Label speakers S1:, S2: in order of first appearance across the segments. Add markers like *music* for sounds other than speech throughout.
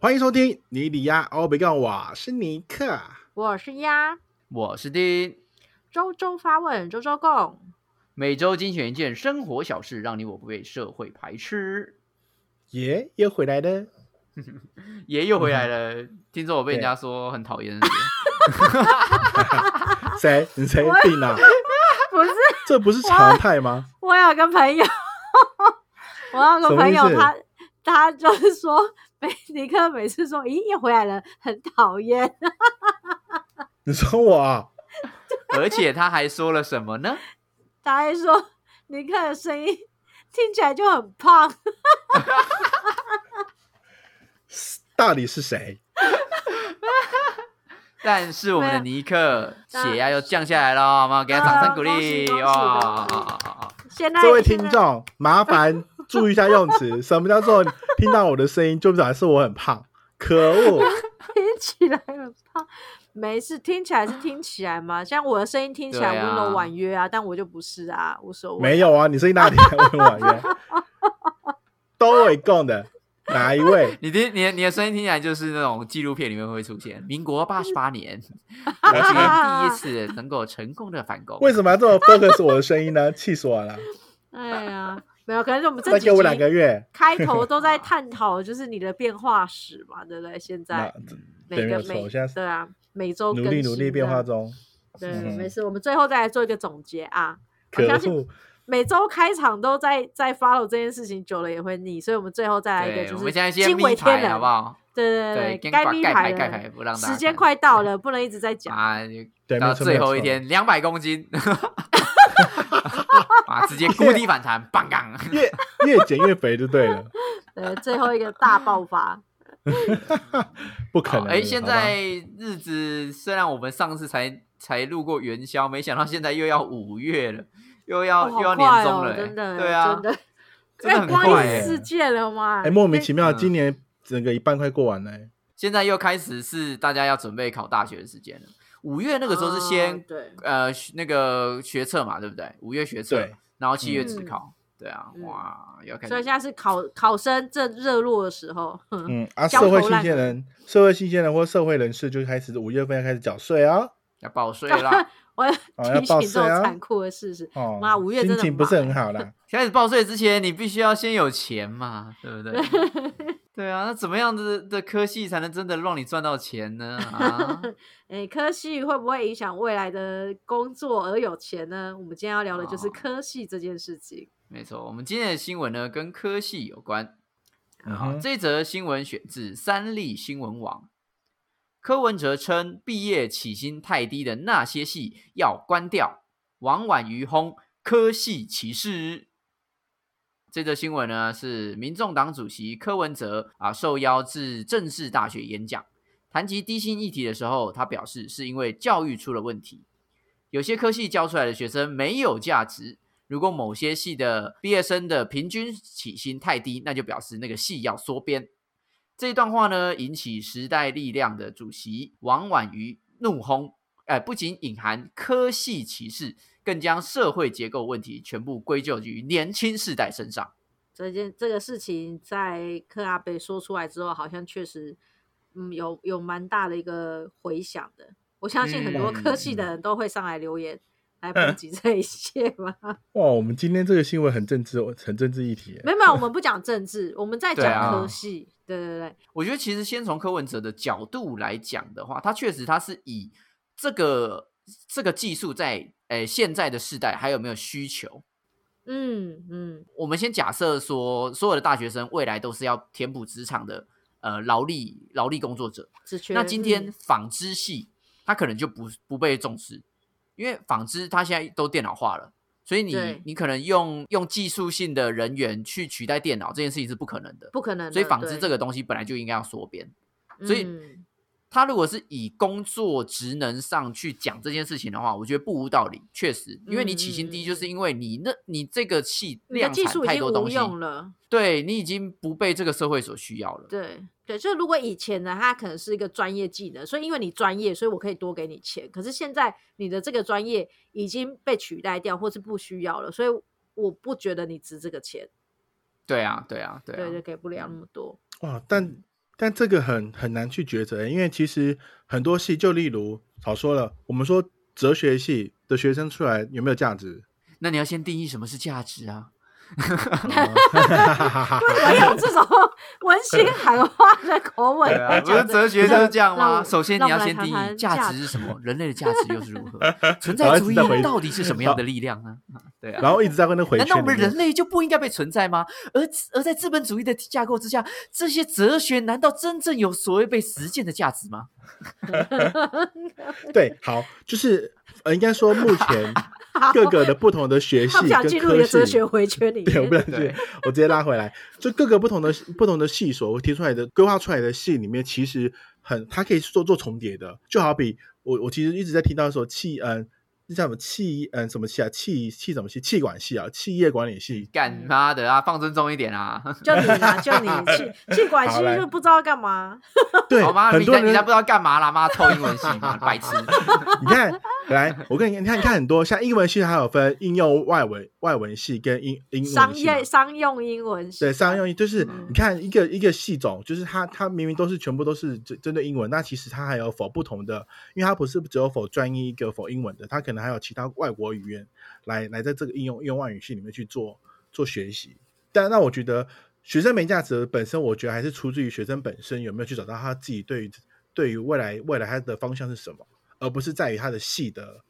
S1: 欢迎收听尼里亚欧比干，我是尼克。
S2: 我是鸭，
S3: 我是丁，
S2: 周周发问，周周共。
S3: 每周精选一件生活小事，让你我不被社会排斥。
S1: 耶，又回来了。
S3: 爷又回来了，
S2: 嗯
S3: 听说我被人家说很讨厌，
S2: 啊 *laughs*
S1: 谁？你谁病了？
S2: 不是，
S1: 这不是常态吗？
S2: 我有个朋友，我有
S1: 什
S2: 个
S1: 么
S2: 朋
S1: 意
S2: 友
S1: 思，
S2: 他他就是说，每尼克每次说，咦，又回来了，很讨厌。
S1: 你说我啊？
S3: 而且他还说了什么
S2: *laughs*
S3: 呢？
S2: 他还说，尼克的声音听起来就很胖。 *laughs*
S1: 到底是谁？
S3: 但是我们的尼克
S2: 没有啊
S3: 血压又降下来了，好吗？给他掌声鼓
S2: 恭喜
S3: 励
S2: 恭喜
S3: 哇！
S2: 恭喜
S3: 啊啊啊
S2: 现在
S1: 这位
S2: 现
S1: 听
S2: 在
S1: 众，麻烦注意一下用
S2: *laughs*
S1: 词。什么叫做听到我的声音就表示我很胖？可
S2: *laughs*
S1: 恶！
S2: 听起来很胖，没事，听起来是听起来嘛。像我的声音听起来
S3: 对
S2: 温
S3: 啊
S2: 柔婉约啊，但我就不是啊，无所谓。
S1: 没有啊，你声音哪里问我
S2: *laughs*
S1: 耶？都会供的哪一位？
S3: 你听你的你的声音听起来就是那种纪录片里面会出现，民国八十八
S2: *laughs*
S3: 年，我今天第一次能够成功的反攻。
S1: 为什么要这么 focus 我的声音呢？气死我了！
S2: 哎呀，没有，可能是我们这
S1: 再
S2: 几
S1: 给我两
S2: 集
S1: 个月，
S2: 开
S1: *laughs*
S2: 头都在探讨，就是你的变化史嘛，对不对？现
S1: 那
S2: 在
S1: 对
S2: 每
S1: 没有
S2: 个
S1: 错
S2: 每
S1: 现在是
S2: 对啊，每周
S1: 努
S2: 更
S1: 力努力
S2: 新
S1: 变
S2: 的
S1: 化。中。
S2: 对，
S1: 嗯
S2: 没事，我们最后再来做一个总结啊。
S1: 可
S2: 我相信
S1: 恶！
S2: 每周开场都在在 follow 这件事情久了也会腻，所以我们最后再来一个
S3: 对，
S2: 就
S3: 我
S2: 是
S3: 们现在先
S2: 惊为
S3: 咪
S2: 天
S3: 牌
S2: 人，
S3: 好不？好？
S2: 对
S3: 对，
S2: 对，
S3: 先把
S2: 咪
S3: 盖牌
S2: 了
S3: 盖牌，不让大家
S2: 时间
S3: 看
S2: 快到了，不能一直在讲。
S3: 啊，
S1: 对，没
S3: 到
S1: 有错没
S3: 最
S1: 有
S3: 后一
S1: 错
S3: 天两百公斤， *laughs* 啊，直接谷底反弹，棒杠！
S1: *laughs* 越越减越肥就对了，
S2: 对，最后一个大
S3: *laughs*
S2: 爆发，
S1: 不 *laughs* 可能的。
S3: 哎，现
S1: 好吧
S3: 在日子虽然我们上次才才路过元宵，没想到现在又要五月了，又要、
S2: 哦
S3: 又要
S2: 好
S3: 年
S2: 快
S3: 终
S2: 哦
S3: 了、哎
S2: 真的，
S3: 对啊
S2: 真，的，
S3: 真的
S2: 哎
S3: 很
S2: 光
S3: 快
S2: 阴
S3: 耶
S2: 世界了嘛，
S1: 哎，莫名其妙，
S3: 嗯
S1: 今年整个一半快过完了。哎
S3: 现在又开始是大家要准备考大学的时间了。五月那个时候是先、
S2: 哦对，
S3: 呃学那个学测嘛，对不对？五月学测
S1: 对，
S3: 然后七月只
S2: 嗯
S3: 考。对啊，
S2: 嗯
S3: 哇，又要开始
S2: 所以现在是考考生正热络的时候，
S1: 嗯啊，
S2: 焦
S1: 社会
S2: 头
S1: 新
S2: 烂
S1: 鲜人、社会新鲜人或社会人士就开始五月份要开始缴税啊，
S3: 要报税
S2: *laughs*
S3: 啦。
S2: *laughs* 我要
S1: 哦要
S2: 提
S1: 报
S2: 醒这
S1: 税
S2: 种
S1: 啊
S2: 残酷的事实。
S1: 哦，
S2: 妈五月真
S1: 心
S2: 的
S1: 情
S2: 很
S1: 不是
S2: 忙
S1: 很好啦。
S3: 开始报税之前，你必须要先有钱嘛，对不对？对啊，那怎么样的的科系才能真的让你赚到钱呢？啊，
S2: 诶，科系会不会影响未来的工作而有钱呢？我们今天要聊的就是
S3: 哦
S2: 科系这件事情。
S3: 没错，我们今天的新闻呢跟科系有关。
S1: 嗯
S3: 好，
S1: 哼
S3: 这则新闻选自三立新闻网。柯文哲称，毕业起薪太低的那些系要关掉。王婉瑜轰科系歧视。这则新闻呢是民众党主席柯文哲啊受邀至正式大学演讲，谈及低薪议题的时候，他表示是因为教育出了问题，有些科系教出来的学生没有价值。如果某些系的毕业生的平均起薪太低，那就表示那个系要缩编。这一段话呢，引起时代力量的主席王婉瑜怒轰，哎、不仅隐含科系歧视，更将社会结构问题全部归咎于年轻世代身上。
S2: 这件这个事情在克拉贝说出来之后，好像确实，嗯，有有蛮大的一个回响的。我相信很多科系的人都会上来留言、来普及这一切吧。
S1: 哇，我们今天这个新闻很政治，很政治议题欸耶。
S2: 没有没有，我们不讲政治，我们在
S3: 对
S2: 讲
S3: 啊
S2: 科系。对对对，
S3: 我觉得其实先从柯文哲的角度来讲的话，他确实他是以这个这个技术在诶、现在的世代还有没有需求，
S2: 嗯嗯，
S3: 我们先假设说，所有的大学生未来都是要填补职场的呃劳力劳力工作者。
S2: 只缺
S3: 那今天
S2: 嗯
S3: 纺织系，它可能就不不被重视，因为纺织它现在都电脑化了，所以你
S2: 对
S3: 你可能用用技术性的人员去取代电脑这件事情是不可能的。
S2: 不可能的，
S3: 所以纺织这
S2: 个，
S3: 个东西本来就应该要缩编。所以
S2: 嗯
S3: 他如果是以工作职能上去讲这件事情的话，我觉得不无道理，确实，因为你起薪低，
S2: 嗯嗯嗯
S3: 就是因为你那你这个系
S2: 你的
S3: 量
S2: 技
S3: 产
S2: 术已
S3: 太
S2: 经
S3: 多
S2: 无
S3: 东西，
S2: 用了。
S3: 对你已经不被这个社会所需要了。
S2: 对对，就是如果以前呢，它可能是一个专业技能，所以因为你专业，所以我可以多给你钱。可是现在你的这个专业已经被取代掉，或是不需要了，所以我不觉得你值这个钱，
S3: 对啊，对啊，对啊， *laughs*
S2: 对对，给不了那么多。
S1: 哇，但但这个很很难去抉择，欸因为其实很多系，就例如早说了，我们说哲学系的学生出来有没有价
S3: *laughs*
S1: 值？
S3: 那你要先定义什么是价值啊？
S2: 为什么用
S3: *laughs*
S2: 这种文心喊话的口吻
S3: 对啊，
S2: 来
S3: 不是
S2: 讲这？
S3: 哲学就是这样
S2: 让
S3: 吗？
S2: 我
S3: 首先你要先定
S2: 让我来
S3: 义
S2: 谈谈
S3: 价
S2: 价
S3: 值
S2: 值
S3: 是什么，人类的价值又是如 *laughs* 何，存在主义到底是什么样的力量呢？啊对啊
S1: 然。后一直在跟他回圈
S3: 难
S1: 里
S3: 道
S1: 面。
S3: 我们人类就不应该被存在吗？而而在资本主义的架构之下，这些哲学难道真正有所谓被实践的价值吗？
S2: *laughs*
S1: 对，好，就是呃，应该说目前各个的不同的学系
S2: 他不想
S1: 跟
S2: 进入你
S1: 科
S2: 的哲
S1: 系
S2: 学，回圈里
S1: *laughs* 对，我不
S2: 面。
S1: 想去
S3: 对，
S1: 我直接拉回来，就各个不同的不同的系所提出来的规划出来的系里面，其实很它可以做做重叠的，就好比我我其实一直在听到说气嗯。那叫什么气嗯什么系啊？气气什么系？气管系啊？企业管理
S2: *laughs*
S1: 系。
S3: 干妈的啊，放尊重一点啊！
S2: 就你啦，就
S1: *laughs*
S2: 你气气管
S1: 好
S2: 系
S1: 来
S2: 就不知道干嘛，
S1: 对，
S3: 好吗？
S1: 很
S3: 你
S1: 多
S3: 才
S1: 人
S3: 你才不知道干嘛啦，妈臭英文系嘛，白痴！
S1: 你看，来，我跟你你看，你看很多像英文系，它有分应用外文外文系跟英英文系嘛
S2: 商业商用英文系
S1: 对，商用就是
S3: 嗯
S1: 你看一个一个系种，就是它它明明都是全部都是针针对英文，那其实它还有否不同的，因为它不是只有否专一一个否英文的，它可能还有其他外国语言来来在这个应用应用外语系里面去做做学习。但那我觉得学生没价值本身，我觉得还是出自于学生本身有没有去找到他自己对于对于未来未来他的方向是什么，而不是在于他的系的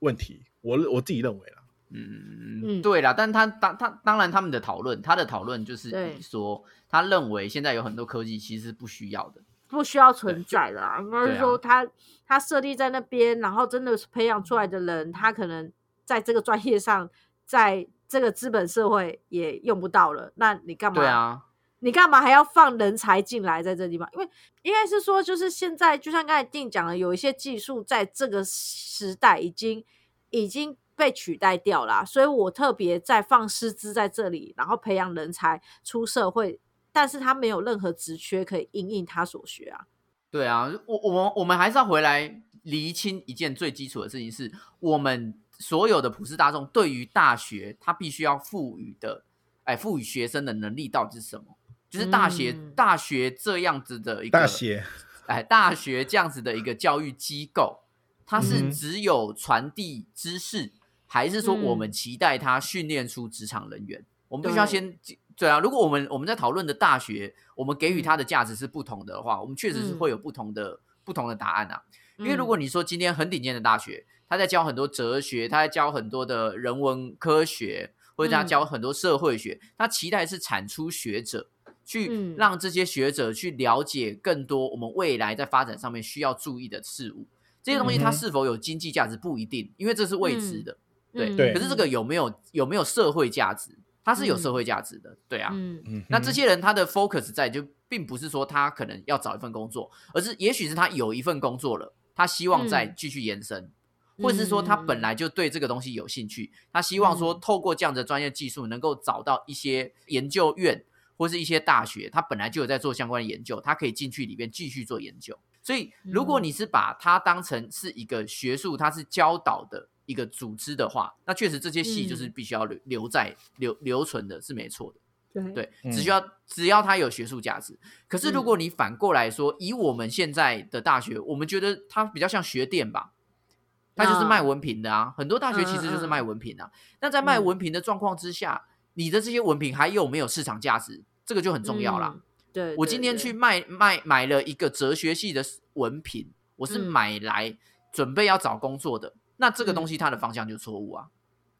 S1: 问题。我我自己认为啦。
S3: 嗯，
S2: 嗯
S3: 对啦，但他当他当然他们的讨论，他的讨论就是
S2: 对
S3: 说，他认为现在有很多科技其实是不需要的，
S2: 不需要存在的啦。应该
S3: 对
S2: 是
S3: 啊
S2: 说他他设立在那边，然后真的是培养出来的人，他可能在这个专业上，在这个资本社会也用不到了。那你干嘛？
S3: 对啊，
S2: 你干嘛还要放人才进来在这地方？因为应该是说，就是现在就像刚才定讲了，有一些技术在这个时代已经已经被取代掉啦，所以我特别在放师资在这里，然后培养人才出社会，但是他没有任何职缺可以应应他所学啊。
S3: 对啊，我我们我们还是要回来厘清一件最基础的事情是，我们所有的普世大众对于大学，它必须要赋予的，哎，赋予学生的能力到底是什么？就是大学、
S2: 嗯
S3: 大学这样子的一个
S1: 大学，
S3: 哎，大学这样子的一个教育机构，它
S1: 嗯
S3: 是
S1: 哼
S3: 只有传递知识，还是说我们
S2: 嗯
S3: 期待它训练出职场人员？我们必须要
S2: 对
S3: 先对啊。如果我们我们在讨论的大学，我们给予它的价值是不同的话，我们确实是
S2: 嗯
S3: 会有不同的、不同的答案啊。因为
S2: 嗯
S3: 如果你说今天很顶尖的大学，他在教很多哲学，他在教很多的人文科学，或者他
S2: 嗯
S3: 教很多社会学，他期待是产出学者，去
S2: 嗯
S3: 让这些学者去了解更多我们未来在发展上面需要注意的事物。这些东西它
S1: 嗯哼
S3: 是否有经济价值不一定，因为这是未知的。对，
S2: 嗯
S1: 对
S3: 可是这个有没有有没有社会价值？它是有社会价值的，对啊。
S2: 嗯
S1: 嗯哼，
S3: 那这些人他的 focus 在就并不是说他可能要找一份工作，而是也许是他有一份工作了，他希望再
S2: 嗯
S3: 继续延伸，或者是说他本来就对这个东西有兴趣，他希望说
S2: 嗯
S3: 透过这样的专业技术能够找到一些研究院或是一些大学，他本来就有在做相关的研究，他可以进去里面继续做研究。所以，如果
S2: 嗯
S3: 你是把它当成是一个学术，它是教导的一个组织的话，那确实这些系就是
S2: 嗯
S3: 必须要留留在留留存的，是没错的。
S2: 对
S3: 对，
S1: 嗯
S3: 只需要、只要它有学术价值。可是如果
S2: 嗯
S3: 你反过来说，以我们现在的大学，我们觉得它比较像学店吧，它就是卖
S2: 啊
S3: 文凭的啊。很多大学其实就是卖文凭啊。那在卖
S2: 嗯
S3: 文凭的状况之下，你的这些文凭还有没有市场价值？这个就很重要啦。
S2: 嗯对，
S3: 我
S2: 对
S3: 今天
S2: 对
S3: 去卖卖买了一个哲学系的文凭，我是
S2: 嗯
S3: 买来准备要找工作的，那这个东
S2: 嗯
S3: 西它的方向就错误啊。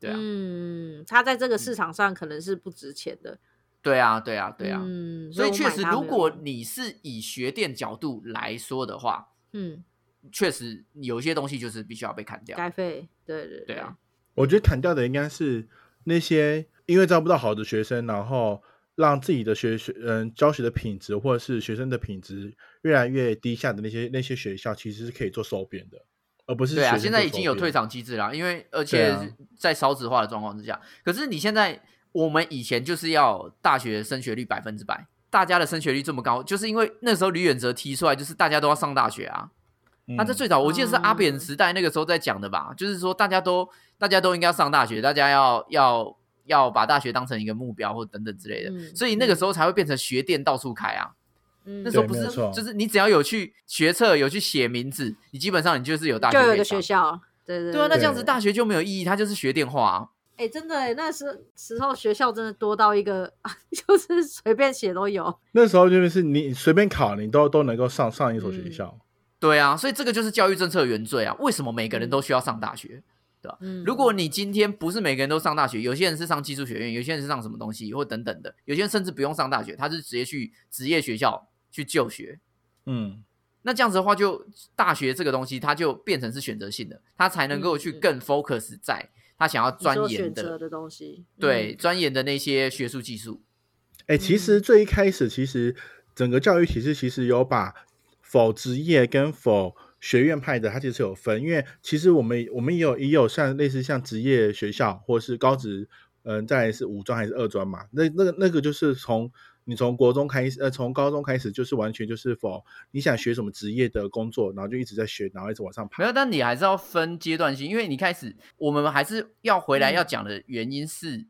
S3: 对啊，
S2: 嗯，他在这个市场上可能是不值钱的。
S3: 对啊，对啊，对啊。
S2: 嗯
S3: 所以
S2: 我
S3: 确
S2: 买
S3: 实，
S2: 它嗯
S3: 如
S2: 没有
S3: 果
S2: 用
S3: 你是以学店角度来说的话，
S2: 嗯
S3: 确实有些东西就是必须要被砍掉。
S2: 该费，对对
S3: 对啊，
S1: 我觉得砍掉的应该是那些因为招不到好的学生，然后让自己的学学嗯教学的品质或者是学生的品质越来越低下的那些那些学校，其实是可以做收编的，而不是
S3: 对啊，
S1: 学生
S3: 现
S1: 做
S3: 在已经有
S1: 收编
S3: 退场机制了，因为而
S1: 对
S3: 且
S1: 啊
S3: 在少子化的状况之下，可是你现在我们以前就是要大学升学率百分之百，大家的升学率这么高，就是因为那时候吕远哲提出来，就是大家都要上大学啊。那这
S1: 嗯
S3: 最早我记得是阿
S2: 哦
S3: 扁时代那个时候在讲的吧，就是说大家都大家都应该上大学，大家要要要把大学当成一个目标或等等之类的，
S2: 嗯
S3: 所以那个时候才会变成学店到处开啊。
S2: 嗯
S3: 那时候
S1: 对
S3: 不
S1: 没
S3: 是
S1: 有错
S3: 就是你只要有去学测有去写名字，你基本上你就是有大学
S2: 就有
S3: 可
S2: 一
S3: 以
S2: 个
S3: 上
S2: 学。校，对对
S3: 对啊，那这样子
S1: 对
S3: 大学就没有意义，它就是学电话、啊。
S2: 哎、真的、欸，那时时候学校真的多到一个， *laughs* 就是随便写都有。
S1: 那时候就是你随便考，你都都能够上上一所学
S2: 嗯
S1: 校。
S3: 对啊，所以这个就是教育政策的原罪啊。为什么每个人都需要上大学？
S2: 嗯，
S3: 如果你今天不是每个人都上大学，有些人是上技术学院，有些人是上什么东西或等等的，有些人甚至不用上大学，他是直接去职业学校去就学。
S1: 嗯，
S3: 那这样子的话就，大学这个东西它就变成是选择性的，他才能够去
S2: 嗯
S3: 更 focus 在他想要
S2: 你说
S3: 钻研
S2: 选
S3: 的，
S2: 择的东西，
S3: 对，钻研的那些学术技术。
S1: 哎、其实
S2: 嗯
S1: 最一开始，其实整个教育体制其实有把否职业跟否学院派的，它其实有分，因为其实我们我们也有也有像类似像职业学校或是高职，嗯、再来是五专还是二专嘛，那那个那个就是从。你从国中开始，呃，从高中开始就是完全就是否你想学什么职业的工作，然后就一直在学，然后一直往上爬。
S3: 没有，但你还是要分阶段性，因为你开始我们还是要回
S2: 嗯
S3: 来要讲的原因是，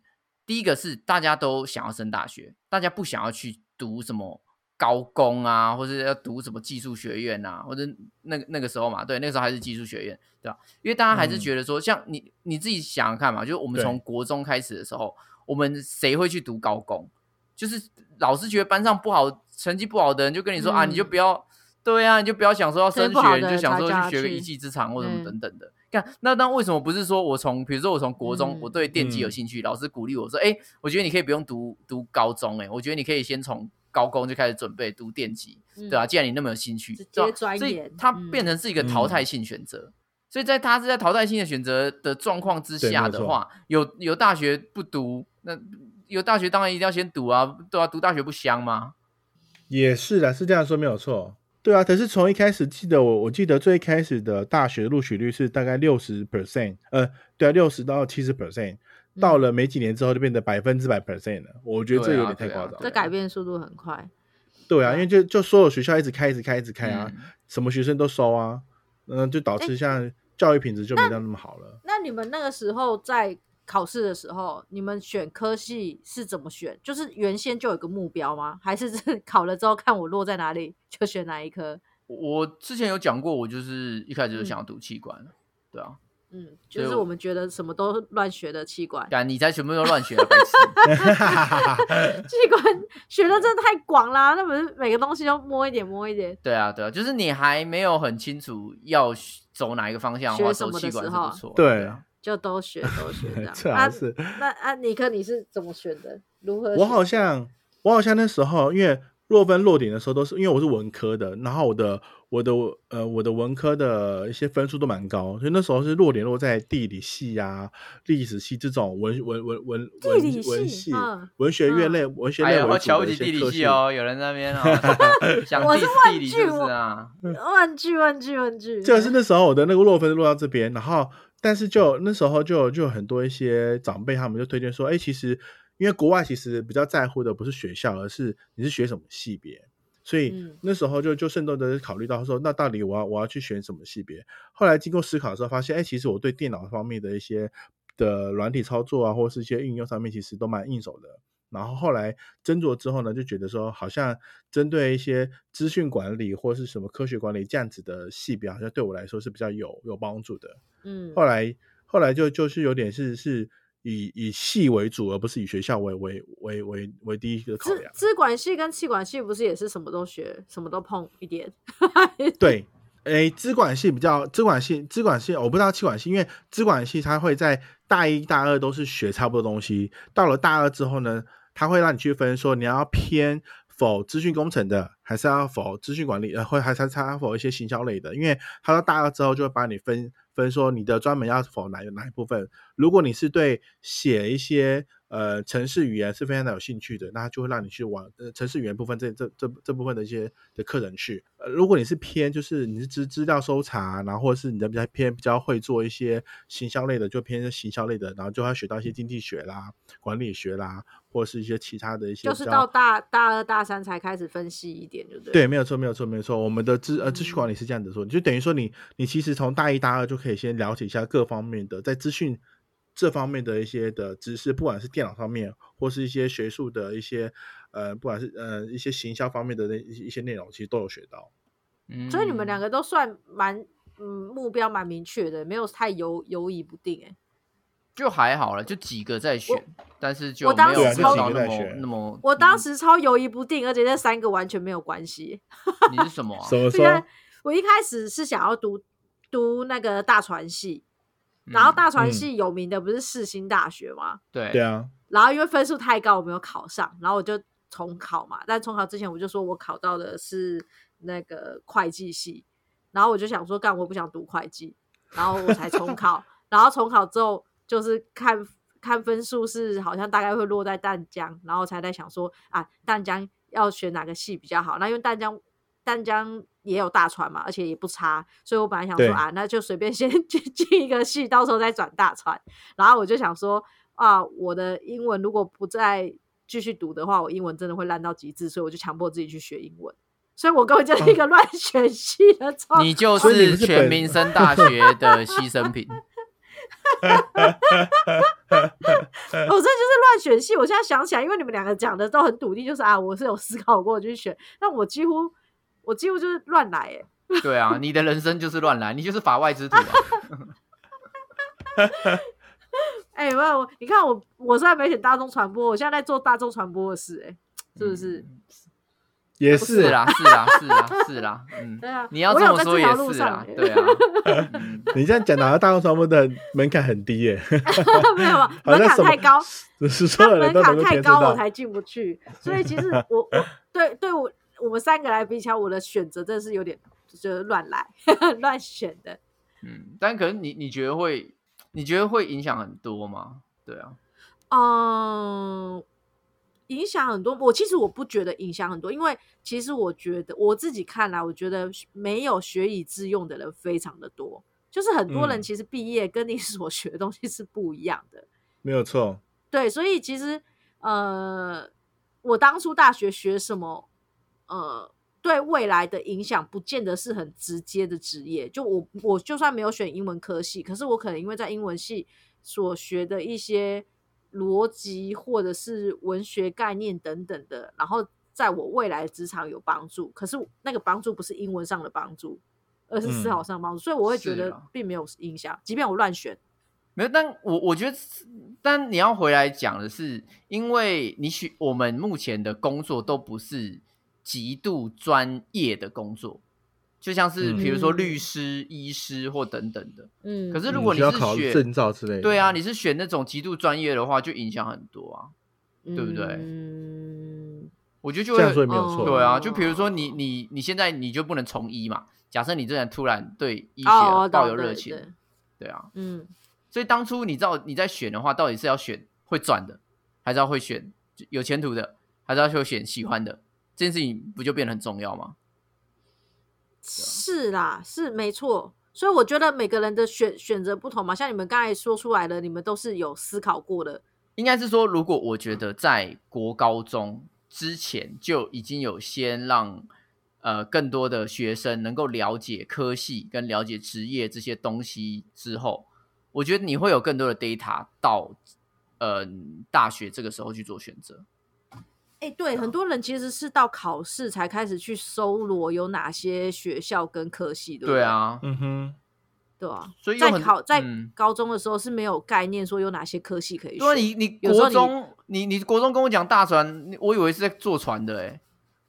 S3: 第一个是大家都想要升大学，大家不想要去读什么高工啊，或者要读什么技术学院啊，或者那个那个时候嘛，对，那个时候还是技术学院，对吧？因为大家还
S2: 嗯
S3: 是觉得说，像你你自己想想看嘛，就是我们
S1: 对
S3: 从国中开始的时候，我们谁会去读高工？就是老师觉得班上不好、成绩不好的人，就跟你说、啊，
S2: 嗯
S3: 你就不要，对啊，你就不要想说要升
S2: 对不好
S3: 学，
S2: 的
S3: 你就想说
S2: 大家
S3: 去学个
S2: 去
S3: 一技之长或什么
S2: 嗯
S3: 等等的。看、那那为什么不是说我从，比如说我从国中、
S2: 嗯
S3: 我对电机有
S1: 嗯
S3: 兴趣，老师鼓励我说，哎、我觉得你可以不用读读高中、哎，我觉得你可以先从高工就开始准备读电机，
S2: 嗯
S3: 对啊，既然你那么有兴趣，
S2: 直接
S3: 对吧
S2: 钻
S3: 所以
S2: 研
S3: 它
S2: 嗯
S3: 变成是一个淘汰性选择。所以在他是在淘汰性的选择的状况之
S1: 对没
S3: 下
S1: 有
S3: 的
S1: 错
S3: 话，有有大学不读，那有大学当然一定要先读啊，对啊，读大学不香吗？
S1: 也是啦，是这样说没有错。对啊，可是从一开始记得我，我记得最开始的大学录取率是大概六十 percent，呃，对啊，六十到七十 percent，到
S3: 嗯
S1: 了没几年之后就变得百分之百 percent 了。我觉得这
S3: 对啊
S1: 有点太
S3: 对啊
S1: 夸
S3: 对啊
S1: 张
S2: 这
S1: 了。
S2: 改变速度很快。
S1: 对啊，因为就就所有学校一直开，一直开，一直开啊，
S3: 嗯
S1: 什么学生都收啊，嗯、就导致像教育品质就没到那么好了。
S2: 那你们那个时候在考试的时候，你们选科系是怎么选？就是原先就有个目标吗？ *laughs* 还是是考了之后看我落在哪里就选哪一科？
S3: 我之前有讲过，我就是一开始就想要读器官，对啊，
S2: 嗯，
S3: 所
S2: 就
S3: 以
S2: 是
S3: 我
S2: 我们觉得什么都乱学的器官，
S3: 但你才全部都乱学啊了，白痴。
S2: 器官学的真的太广啦，那不是每个东西都摸一点摸一点。
S3: 对啊，对啊，就是你还没有很清楚要走哪一个方向的话，
S2: 学
S3: 走
S2: 什么的
S3: 器官是
S2: 时候
S3: 不错的。
S1: 对
S3: 啊，
S2: 就都学都学
S1: *laughs*
S2: 这样。
S1: 这
S2: 啊
S1: 还是。
S2: 那啊，尼克你是怎么选的？如何选？
S1: 我好像我好像那时候，因为落分落点的时候都是因为我是文科的，然后我的我的呃我的文科的一些分数都蛮高，所以那时候是落点落在地理系啊、历史系这种文文文文文
S2: 地理
S1: 文
S2: 系
S1: 系、
S2: 嗯
S1: 文学院类、文学
S3: 哎
S1: 类
S3: 呀，我
S1: 为
S3: 瞧
S1: 主
S3: 不
S1: 的一
S3: 起地
S1: 些
S3: 理
S1: 科
S3: 系
S1: 系。
S3: 哦，有人在那边哦，
S2: *laughs*
S3: 想
S2: 我是
S3: diss 地理
S2: 问句
S3: 是不是啊？
S2: 问哦句问句问句，
S1: 就是那时候我的那个落分落到这边，然后但是就那时候就就有很多一些长辈他们就推荐说，哎，其实因为国外其实比较在乎的不是学校，而是你是学什么系别。所以
S2: 嗯
S1: 那时候就就慎重的考虑到说，那到底我要我要去选什么系别？后来经过思考之后，发现哎，其实我对电脑方面的一些的软体操作啊，或是一些应用上面，其实都蛮应手的。然后后来斟酌之后呢，就觉得说，好像针对一些资讯管理或是什么科学管理这样子的系别，好像对我来说是比较有有帮助的。
S2: 嗯，
S1: 后来后来就就是有点是是以以系为主，而不是以学校为为为为为第一个考
S2: 资
S1: 量。
S2: 资管系跟气管系不是也是什么都学，什么都碰一点？
S1: 对，诶，资管系比较资管系资管系，我不知道气管系，因为资管系它会在大一大二都是学差不多东西，到了大二之后呢，它会让你去分说你要偏否资讯工程的，还是要否资讯管理，呃，或还是它否一些行销类的，因为它到大二之后就会把你分分说你的专门要否哪哪一部分。如果你是对写一些呃城市语言是非常的有兴趣的，那它就会让你去往呃城市语言部分这这这这部分的一些的课程去。呃，如果你是偏就是你是资资料搜查，然后或者是你的比较偏比较会做一些行销类的，就偏行销类的，然后就会学到一些经济学啦、管理学啦，或是一些其他的一些
S2: 就
S1: 比
S2: 是
S1: 较
S2: 到大大二大三才开始分析一点，就对。
S1: 对，，没有错，没有错，没有错。我们的资呃资讯管
S2: 嗯
S1: 理是这样子说，就等于说你你其实从大一大二就可以先了解一下各方面的在资讯这方面的一些的知识，不管是电脑上面或是一些学术的一些呃，不管是呃一些行销方面的那一些一些内容，其实都有学到。
S3: 嗯
S2: 所以你们两个都算蛮嗯目标蛮明确的，没有太犹犹疑不定哎、
S3: 就还好了，就几个在选，但是就
S2: 我当
S3: 没有
S2: 时超
S3: 到
S1: 对
S3: 那
S1: 啊就几个在
S3: 么
S1: 选
S3: 那么。
S2: 我当时超犹疑不定，而且这三个完全没有关系。
S3: 你是什么啊？
S1: 什么
S2: 虽然
S1: 说？
S2: 我一开始是想要读读那个大传系，然后
S3: 嗯
S2: 大传
S1: 嗯
S2: 系有名的不是世新大学吗？
S3: 对
S1: 对啊，
S2: 然后因为分数太高，我没有考上，然后我就重考嘛。但重考之前我就说我考到的是那个会计系，然后我就想说干我不想读会计，然后我才重考。然后重考之后就是看看分数是好像大概会落在淡江，然后才在想说啊淡江要选哪个系比较好。那因为淡江淡江也有大船嘛，而且也不差，所以我本来想说
S1: 对
S2: 啊那就随便先 *laughs* 进进一个系，到时候再转大船。然后我就想说啊，我的英文如果不再继续读的话，我英文真的会烂到极致，所以我就强迫自己去学英文。所以我根本就是一个乱选系的状态。
S3: 哦你就
S1: 所以你
S3: 是
S1: 们是
S3: 全
S1: 本
S3: 民生大学的牺牲品。
S2: 我这就是乱选系。我现在想起来，因为你们两个讲的都很笃定，就是啊，我是有思考过去选，但我几乎我几乎就是乱来、欸，
S3: 对啊，你的人生就是乱来，你就是法外之徒啊。
S2: 哎、哎，没有，我你看我我虽然没选大众传播，我现在在做大众传播的事、哎，是不是？
S3: 嗯？
S1: 也
S3: 是
S1: 是，啊
S3: 啦，是啦，是啦，是啦。嗯，
S2: 对啊，
S3: 你要
S2: 我
S3: 这
S2: 有
S3: 么
S2: 在
S3: 说
S2: 这
S3: 也
S2: 条路
S3: 是
S2: 上
S3: 啦，
S2: 欸
S3: 对啊。嗯
S1: 你这样讲，拿到大众传播的门槛很低
S2: *laughs*
S1: 耶，
S2: *laughs* 没有啊，
S1: 好
S2: 门
S1: 像
S2: 槛
S1: 什么
S2: 太高，
S1: 只是所
S2: 那
S1: 有人
S2: 门
S1: 都能够
S2: 槛太
S1: 接触
S2: 高我
S1: 到。
S2: 才进不去。所以其实我我对对我我们三个来比起来，我的选择真的是有点就是乱来 *laughs* 乱选的。
S3: 嗯，但可能你你觉得会，你觉得会影响很多吗？对啊，
S2: 嗯，影响很多。我其实我不觉得影响很多，因为其实我觉得我自己看来，我觉得没有学以致用的人非常的多。就是很多人
S1: 嗯
S2: 其实毕业跟你所学的东西是不一样的。
S1: 没有错，
S2: 对，所以其实呃，我当初大学学什么，呃，对未来的影响不见得是很直接的职业。就我我就算没有选英文科系，可是我可能因为在英文系所学的一些逻辑或者是文学概念等等的，然后在我未来的职场有帮助。可是那个帮助不是英文上的帮助。而是思考
S1: 嗯
S2: 上的帮助，所以我会觉
S3: 是
S2: 得
S3: 啊
S2: 并没有影响，即便我乱选，
S3: 没有。但我我觉得是，但你要回来讲的是，因为你许我们目前的工作都不是极度专业的工作，就像是比如说
S2: 嗯
S3: 律师、医师或等等的。
S2: 嗯，
S3: 可是
S1: 嗯
S3: 如果
S1: 需
S3: 你
S1: 要
S3: 是
S1: 考
S3: 学
S1: 证照之类的，
S3: 对啊，，你是选那种极度专业的话，就影响很多啊。对不对
S2: 嗯，
S3: 我觉得就
S1: 这样
S3: 会
S1: 说也没有错。
S3: 对啊，就比如
S2: 哦
S3: 说你你你现在你就不能从医嘛。假设你真的突然对医学
S2: 哦，我
S3: 抱
S2: 懂
S3: 有热
S2: 对
S3: 情，
S2: 对
S3: 对啊，
S2: 嗯，
S3: 所以当初你知道你在选的话，到底是要选会赚的，还是要会选有前途的，还是要去选喜欢的？这件事情不就变得很重要吗？
S2: 是啦，是没错。所以我觉得每个人的选选择不同嘛，像你们刚才说出来的，你们都是有思考过的。
S3: 应该是说，如果我觉得在国高中之前就已经有先让呃更多的学生能够了解科系跟了解职业这些东西之后，我觉得你会有更多的 data 到呃大学这个时候去做选择。
S2: 哎，对，
S3: 啊
S2: 很多人其实是到考试才开始去搜罗有哪些学校跟科系，对不
S3: 对，啊，
S1: 嗯哼，
S2: 对啊，
S3: 所以有
S2: 在
S3: 很
S2: 考在
S3: 嗯
S2: 高中的时候是没有概念说有哪些科系可以
S3: 因为
S2: 选
S3: 你你
S2: 有时候
S3: 国中你你国中跟我讲大船，你我以为是在坐船的哎、欸，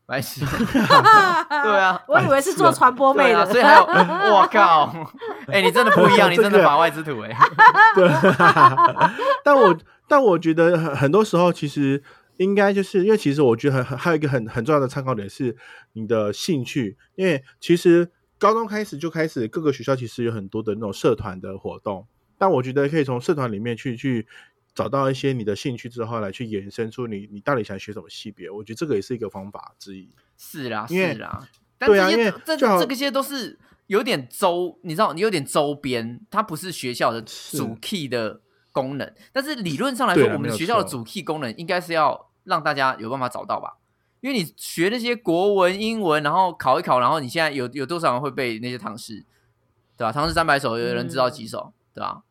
S3: 白
S2: *laughs*
S3: 痴。对啊
S2: 我以为是做传播妹
S3: 对
S2: 的，
S3: 啊，所以还有，我靠，哎、你真的不一样，你真的法外之徒哎、
S1: 对，但我 *laughs* 但我觉得很很多时候其实应该就是因为其实我觉得很很还有一个很很重要的参考点是你的兴趣，因为其实高中开始就开始各个学校其实有很多的那种社团的活动，但我觉得可以从社团里面去去。找到一些你的兴趣之后，来去延伸出你你到底想学什么系别，我觉得这个也是一个方法之一。
S3: 是啦，
S1: 因为
S3: 是啦，但
S1: 对啊
S3: 这
S1: 因
S3: 些
S1: 为
S3: 这
S1: 就好
S3: 这个些都是有点周，你知道，有点周边，它不是学校的
S1: 是
S3: 主 key 的功能。但是理论上来
S1: 对
S3: 说，
S1: 啊
S3: 我
S1: 没
S3: 们
S1: 有
S3: 学校的
S1: 错
S3: 主 key 功能应该是要让大家有办法找到吧。因为你学那些国文、英文，然后考一考，然后你现在有有多少人会背那些唐诗，对吧、唐诗三百首，有人知道几首，对吧、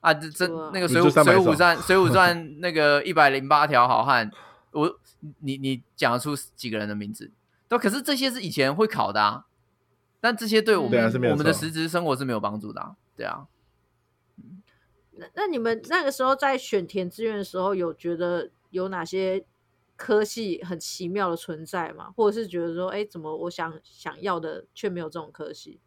S3: 啊，这这
S2: 对啊
S3: 那个
S1: 你
S3: 水
S1: 就
S3: 浒水
S1: 300 *laughs*
S3: 浒
S1: 首
S3: 传水浒传那个一百零八条好汉，我你你讲得出几个人的名字？都可是这些是以前会考的啊，但这些对我
S2: 对
S3: 们、
S2: 啊
S1: 是没有
S3: 我们的
S1: 错
S3: 实质生活是没有帮助的、啊，对啊。
S2: 那那你们那个时候在选填志愿的时候，有觉得有哪些科系很奇妙的存在吗？或者是觉得说，哎，怎么我想想要的却没有这种科系？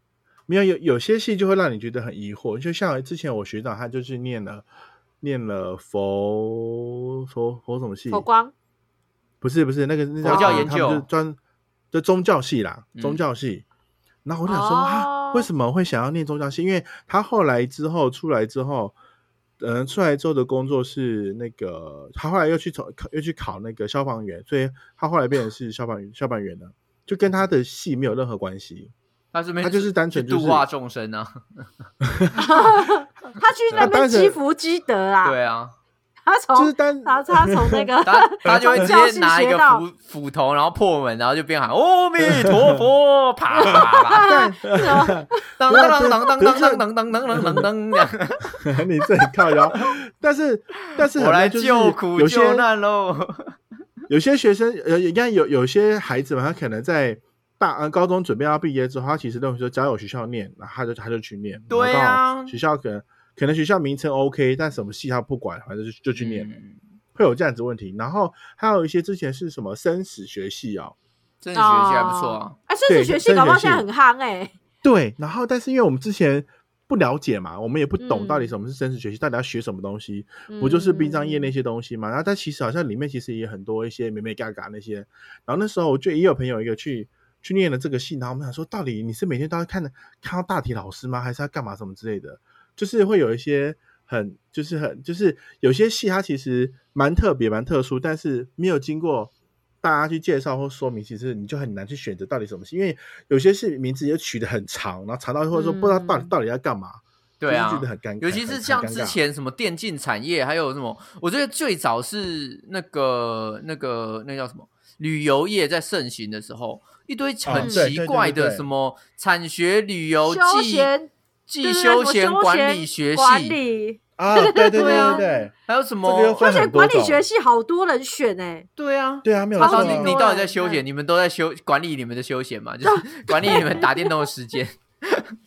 S1: 没有有有些戏就会让你觉得很疑惑，就像之前我学长他就是念了念了佛佛佛什么戏？
S2: 佛光，
S1: 不是不是那个那
S2: 佛教
S1: 呃
S3: 研
S1: 他们
S3: 究
S1: 就是专就宗教系啦，
S3: 嗯
S1: 宗教系。然后我就想说、
S2: 哦
S1: 啊，为什么会想要念宗教系？因为他后来之后出来之后，嗯，出来之后的工作是那个，他后来又去从又去考那个消防员，所以他后来变成是消防员消防员了，就跟他的戏没有任何关系。
S3: 他这边
S1: 他就是单纯
S3: 去
S1: 就是
S3: 度化众生啊，
S2: 他去那
S1: 啊
S2: 边
S1: 当时
S2: 积福积德
S3: 嗯
S2: 啊，
S3: 对啊，
S2: 他从
S1: 就是单
S2: 他他从那个 *laughs*
S3: 他他就会直
S2: 教
S3: 接
S2: 系
S3: 拿一
S2: 学
S3: 个
S2: 到
S3: 斧斧头，然后破门，然后就边喊“阿弥陀佛”，啪啪啪，
S1: 但
S2: 哦
S3: 当当当当当当当当当当当当，
S1: *laughs* 你这很靠腰，但是但是
S3: 我
S1: 很
S3: 来
S1: 多就是
S3: 救苦
S1: 有些
S3: 救难喽。
S1: 有些学生呃，应该有有些孩子嘛，他可能在大呃高中准备要毕业之后，他其实认为说只要有学校念，然后他就他就去念。
S3: 对啊
S1: 然后刚好学校可能可能学校名称 OK，但什么系他不管，反正就就去念了，
S3: 嗯，
S1: 会有这样子问题。然后还有一些之前是什么生死学系哦，
S3: *laughs* 真
S2: 哦
S3: 的学习还不错啊。
S2: 哎，甚
S1: 对
S2: 至学系搞不好现在很
S1: 政
S2: 夯哎，
S1: 对，然后但是因为我们之前。不了解嘛，我们也不懂
S2: 嗯
S1: 到底什么是生死学系，到底要学什么东西，
S3: 嗯
S1: 不就是殡葬业那些东西嘛？然后但其实好像里面其实也很多一些美美嘎嘎那些。然后那时候我就也有朋友一个去去念了这个戏，然后我们想说，到底你是每天都要看看到大体老师吗？还是要干嘛什么之类的？就是会有一些很就是很就是有些戏它其实蛮特别蛮特殊，但是没有经过。大家去介绍或说明，其实你就很难去选择到底什么戏，因为有些是名字也取得很长，然后长到或者说不知道到底、
S2: 嗯
S1: 到底要干嘛，
S3: 对
S1: 就
S3: 啊
S1: 是觉得，很尴尬。
S3: 尤其是
S1: 很
S3: 像
S1: 很尴
S3: 之
S1: 尬
S3: 前什么电竞产业，还有什么，我觉得最早是那个那个那叫什么旅游业在盛行的时候，一堆很
S1: 哦对
S3: 奇
S1: 对对
S3: 怪
S1: 对
S3: 的
S1: 对
S3: 什么产学旅游
S2: 休
S3: 技
S2: 闲
S3: 技
S2: 对对对
S3: 休
S2: 什么
S3: 闲
S2: 休
S3: 管
S2: 闲
S3: 理学
S2: 管
S3: 系，
S2: 理，
S1: 啊，对对对
S3: 对啊
S1: 对对，
S3: 还有什么
S1: 这个又分
S2: 而且
S1: 很多
S2: 管理
S1: 种
S2: 学系好多人选哎，
S3: 对
S1: *laughs*
S3: 啊。
S1: 对啊，没有
S3: 他到
S1: 错啊。
S3: 底
S2: 超级
S3: 你
S2: 多
S3: 到底
S2: 人
S3: 在休
S2: 对
S3: 闲？你们都在休管理你们的休闲嘛？就是管理你们打电动的时
S1: *laughs*
S2: *laughs*
S3: 间。 *laughs*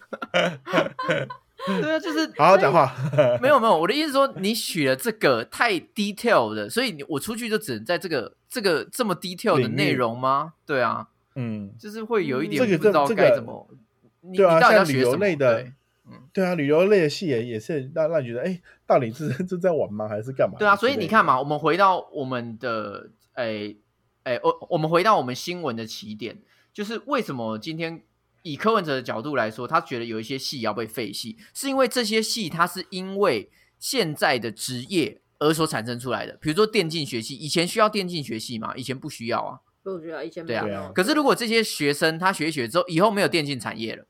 S3: 对啊，就是
S1: 好好讲话。 *laughs*
S3: 没有没有，我的意思是说，你取了这个太 detail 的，所以你我出去就只能在这个这个这么 detail 的
S1: 领域
S3: 内容吗？对啊，
S1: 嗯，
S3: 就是会有一点
S2: 这个
S3: 不知道
S1: 这
S3: 该
S1: 个
S3: 怎么。你
S1: 对啊，
S3: 你到底要
S1: 像旅
S3: 学
S1: 游
S3: 什么？
S1: 类的
S3: 对，嗯
S1: 对啊，旅游类的戏也也是让让你觉得，哎，到底是 *laughs* 是在玩吗，还是干嘛？
S3: 对啊，所以你看，嘛，我们回到我们的诶诶，我我们回到我们新闻的起点，就是为什么今天以柯文哲的角度来说，他觉得有一些戏要被废戏，是因为这些戏它是因为现在的职业而所产生出来的。比如说电竞学系，以前需要电竞学系吗？以前不需要啊。
S2: 我觉得以前没
S3: 对啊
S1: 对
S2: 有
S1: 啊，
S3: 可是如果这些学生他学一学之后，以后没有电竞产业了，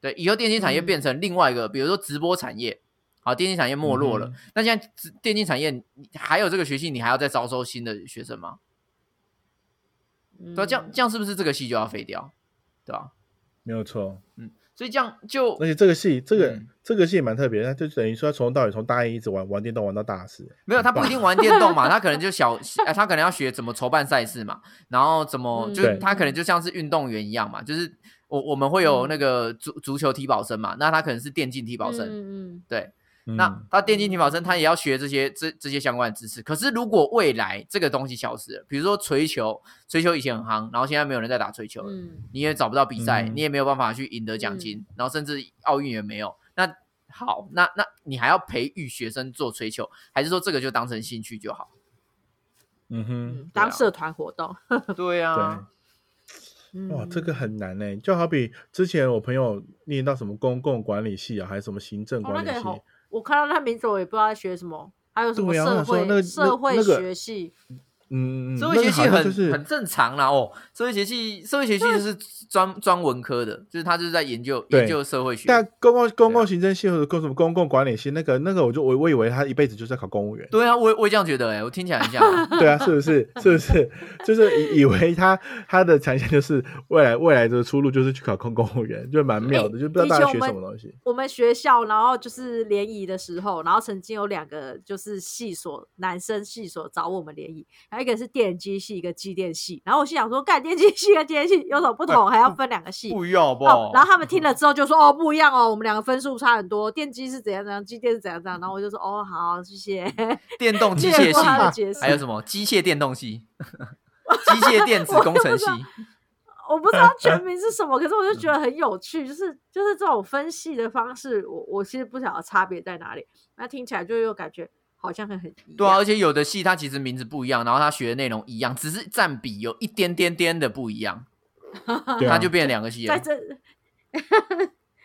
S3: 对，以后电竞产业
S2: 嗯
S3: 变成另外一个，比如说直播产业，好，电竞产业没落了。
S1: 嗯
S3: 那现在直电竞产业你还有这个学系，你还要再招收新的学生吗？对、啊，这样
S2: 嗯
S3: 这样是不是这个系就要废掉？对吧、
S1: 没有错。
S3: 嗯，所以这样就
S1: 而且这个戏，这个
S3: 嗯
S1: 这个戏也蛮特别，它就等于说从头到尾从大一一直玩玩电动玩到大四。
S3: 没有，他
S2: *laughs*
S3: 不一定玩电动嘛，他可能就小， *laughs* 呃他可能要学怎么筹办赛事嘛，然后怎么
S2: 嗯
S3: 就
S1: 对
S3: 他可能就像是运动员一样嘛，就是我我们会
S2: 嗯
S3: 有那个足足球体保生嘛，那他可能是电竞体保生，
S2: 嗯嗯
S3: 对，
S1: 嗯
S3: 那他电竞体保生，他也要学这些这这些相关的知识。可是如果未来这个东西消失了，比如说锤球，锤球以前很夯，然后现在没有人在打锤球了，
S2: 嗯。
S3: 你也找不到比赛，
S1: 嗯
S3: 你也没有办法去赢得奖金，然后甚至奥运也没有。那好，那那你还要培育学生做锤球，还是说这个就当成兴趣就好？
S1: 嗯哼，
S2: 嗯，当
S3: 对啊
S2: 社团活动。
S3: 对啊，
S1: 哇，这
S2: 嗯
S1: 个很难呢。就好比之前我朋友念到什么公共管理系啊，还是什么行政
S2: 哦，
S1: 管
S2: 那
S1: 理
S2: 个也
S1: 系，
S2: 好，我看到那名字我也不知道在学什么，还有什么
S1: 对啊我
S2: 社
S1: 想说
S2: 会、
S1: 那个
S2: 社会
S1: 那那个
S2: 学系，
S1: 嗯，嗯嗯
S3: 社会学系
S1: 那个好
S3: 很、
S1: 像就是
S3: 很正常啦哦，社会学系社会学系就是专专文科的，就是他就是在研究
S1: 对
S3: 研究社会学。
S1: 但公共公
S3: 对啊
S1: 共行政系或者公什么公共管理系，那个那个，我就我我以为他一辈子就是在考公
S3: *laughs*
S1: 务员。
S3: 对啊，我也我也这样觉得哎、我听起来很像啊、
S1: *laughs* 对啊，是不是？是不是？就是以以为他他的产线就是未来未来的出路就是去考公公务员，就蛮妙的，就不知道大家学什么东西。
S2: 我们学校，然后就是联谊的时候，然后曾经有两个就是系所男生系所找我们联谊，然后一个是电机系，一个机电系。然后我心想说，干电机系跟机电系有什么
S1: 哎
S2: 不同？还要分两个系？
S3: 不一样好不
S2: 哦
S3: 好？，
S2: 然后他们听了之后就说：“哦，不一样哦，我们两个分数差很多，电机是怎样怎样，机电是怎样怎样。”然后我就说：“哦，好，谢谢。
S3: 电动”机
S2: 谢
S3: 械
S2: 谢过他的
S3: 系，
S2: 解释
S3: 还。有什么机械电动系、 *laughs* 机械电子工 *laughs* 程系，
S2: 我不知道全名是什么，可是我就觉
S3: 嗯
S2: 得很有趣，就是就是这种分析的方式，我我其实不晓得差别在哪里。那听起来就又感觉好像很很一样。
S3: 对啊，而且有的系它其实名字不一样，然后它学的内容一样，只是占比有一点点点的不一样，
S1: 对
S3: 它
S1: 啊
S3: 就变两个系
S2: 在
S3: 了。
S2: 这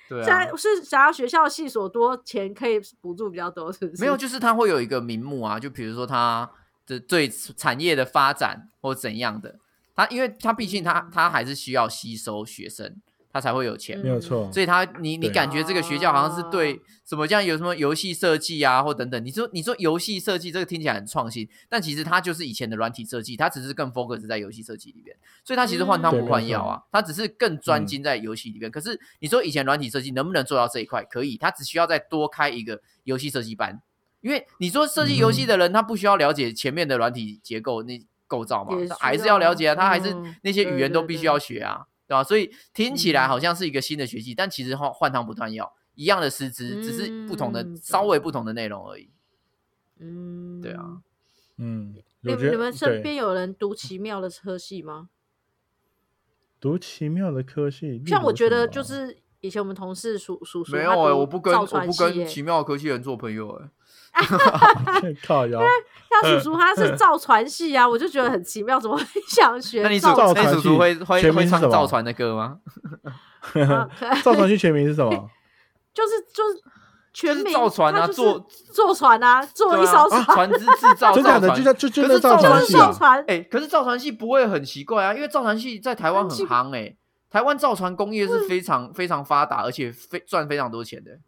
S3: 对
S2: 现
S3: 啊
S2: 在，是想要学校系所多，钱可以补助比较多，是不是？
S3: 没有，就是它会有一个名目啊，就比如说它的对产业的发展或怎样的，它因为它毕竟它它还是需要吸收学生，它才会有钱嘛。
S1: 没有
S2: 哦
S1: 错，
S3: 所以他你你
S1: 对
S3: 感觉这个学校好像是对
S2: 啊
S3: 什么这样有什么游戏设计啊，或等等，你说你说游戏设计这个听起来很创新，但其实它就是以前的软体设计，它只是更 focus 在游戏设计里边，所以它其实换汤
S1: 嗯
S3: 不换药啊，它只是更
S2: 嗯
S3: 专精在游戏里边。可是你说以前软体设计能不能做到这一块？可以，它只需要再多开一个游戏设计班，因为你说设计游戏
S2: 嗯
S3: 的人，他不需要了解前面的软体结构那构造嘛
S2: 也，
S3: 他
S2: 需
S3: 还是要
S2: 要
S3: 了解啊，他还是
S2: 嗯
S3: 那些
S2: 对
S3: 语言都
S2: 对
S3: 必须
S2: 对
S3: 要学啊，对吧、所以听起来
S2: 嗯
S3: 好像是一个新的学期，但其实换换汤不换药，一样的师资，只是不同的
S2: 嗯
S3: 稍微不同的内容而已。
S2: 嗯，
S3: 对啊。
S1: 嗯，
S2: 你
S1: 我觉得
S2: 们你们身
S1: 对
S2: 边有人读奇妙的科系吗？
S1: 读奇妙的科系，
S3: 嗯
S2: 像
S1: 例
S2: 我
S1: 如
S2: 觉
S1: 什
S2: 得
S1: 么 *laughs*
S2: 就是以前我们同事数数数，
S3: 啊没有
S2: 他
S3: 哎、
S2: 读
S3: 我不跟
S2: 造
S3: 我
S2: 船
S3: 不
S2: 系耶
S3: 跟奇妙科技人做朋友哎、
S1: 靠腰，
S2: 像
S3: 嗯
S2: 叔叔他是造船系啊，我就觉得很奇妙，怎么会想学
S3: 那你叔
S1: 造
S2: 造船？
S1: 船
S3: 那你叔叔
S1: 系
S3: 会会
S1: 全
S3: 会
S1: 名是
S3: 唱
S1: 什么
S3: 造船的歌吗？
S2: 啊 *laughs* 可
S1: *laughs* 造船系全名是什么？
S2: 就是就是全
S3: 就是
S2: 民
S3: 造船啊
S2: 他就是
S3: 坐
S2: 坐船啊，坐
S3: 对
S2: 一艘
S3: 啊、
S2: 船，
S3: 船只制造，
S1: *laughs* 真
S3: 造
S1: 假的？
S3: 船
S1: 就叫就就
S3: 可
S1: 那
S3: 是造
S1: 造
S2: 就
S1: 船
S2: 是
S1: 系
S2: 造
S1: 啊？
S2: 船。
S3: 哎、可是造船系不会很奇怪啊，因为造船系在台湾
S2: 很
S3: 很
S2: 奇
S3: 夯哎、台湾造船工业是非常、非常发达，而且非赚非常多钱的。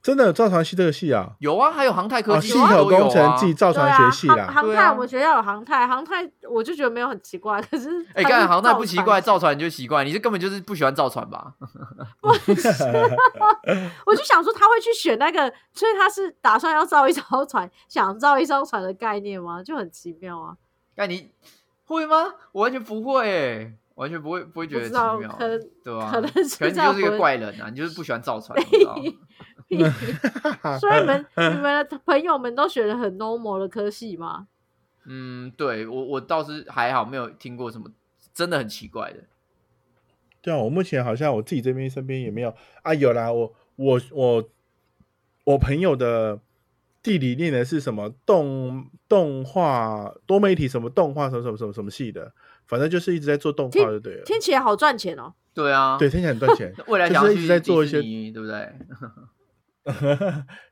S1: 真的有造船系这个系啊？
S3: 有啊，还有航太科
S1: 哦，
S3: 技
S1: 系
S3: 都有啊、
S1: 统工程暨造
S2: 对
S1: 船
S2: 啊，
S1: 学系
S2: 航
S1: 啦。
S2: 航
S3: 对
S2: 太，
S3: 啊
S2: 我们学校有航太，航太我就觉得没有很奇怪，可是
S3: 哎，
S2: 他是
S3: 干航太
S2: 造
S3: 不奇
S2: 船
S3: 怪，
S2: 系
S3: 造船你就奇怪，你是根本就是不喜欢造船吧？
S2: 我就想说他会去选那个，所以他是打算要造一艘船，想造一艘船的概念吗？就很奇妙啊，
S3: 干你会吗？我完全不会、欸，完全不会，不会觉得
S2: 不
S3: 奇
S2: 知道
S3: 妙，
S2: 可能
S3: 对吧、
S2: 可能是
S3: 可能你
S2: 在
S3: 就是一
S2: 我
S3: 个怪人啊，你就是不喜欢造船，我知道啊
S1: 啊
S2: 所
S1: *laughs*
S2: 以
S3: *laughs*
S2: 你们你们的朋友们都选了很 normal 的科系吗？
S3: 嗯，对我我倒是还好，没有听过什么真的很奇怪的。
S1: 对啊，我目前好像我自己这边身边也没有啊，有啦，我我我我朋友的地理念的是什么动动画多媒体什么动画什么什么什么什么系的，反正就是一直在做动画就对了。
S2: 听起来好赚钱哦，
S3: 对啊，
S1: 对，听起来很赚钱。
S3: 未来
S1: 就
S3: 想要
S1: 是一
S3: 去
S1: 直在做一
S3: 迪士
S1: 些
S3: 尼对不对？
S1: *laughs*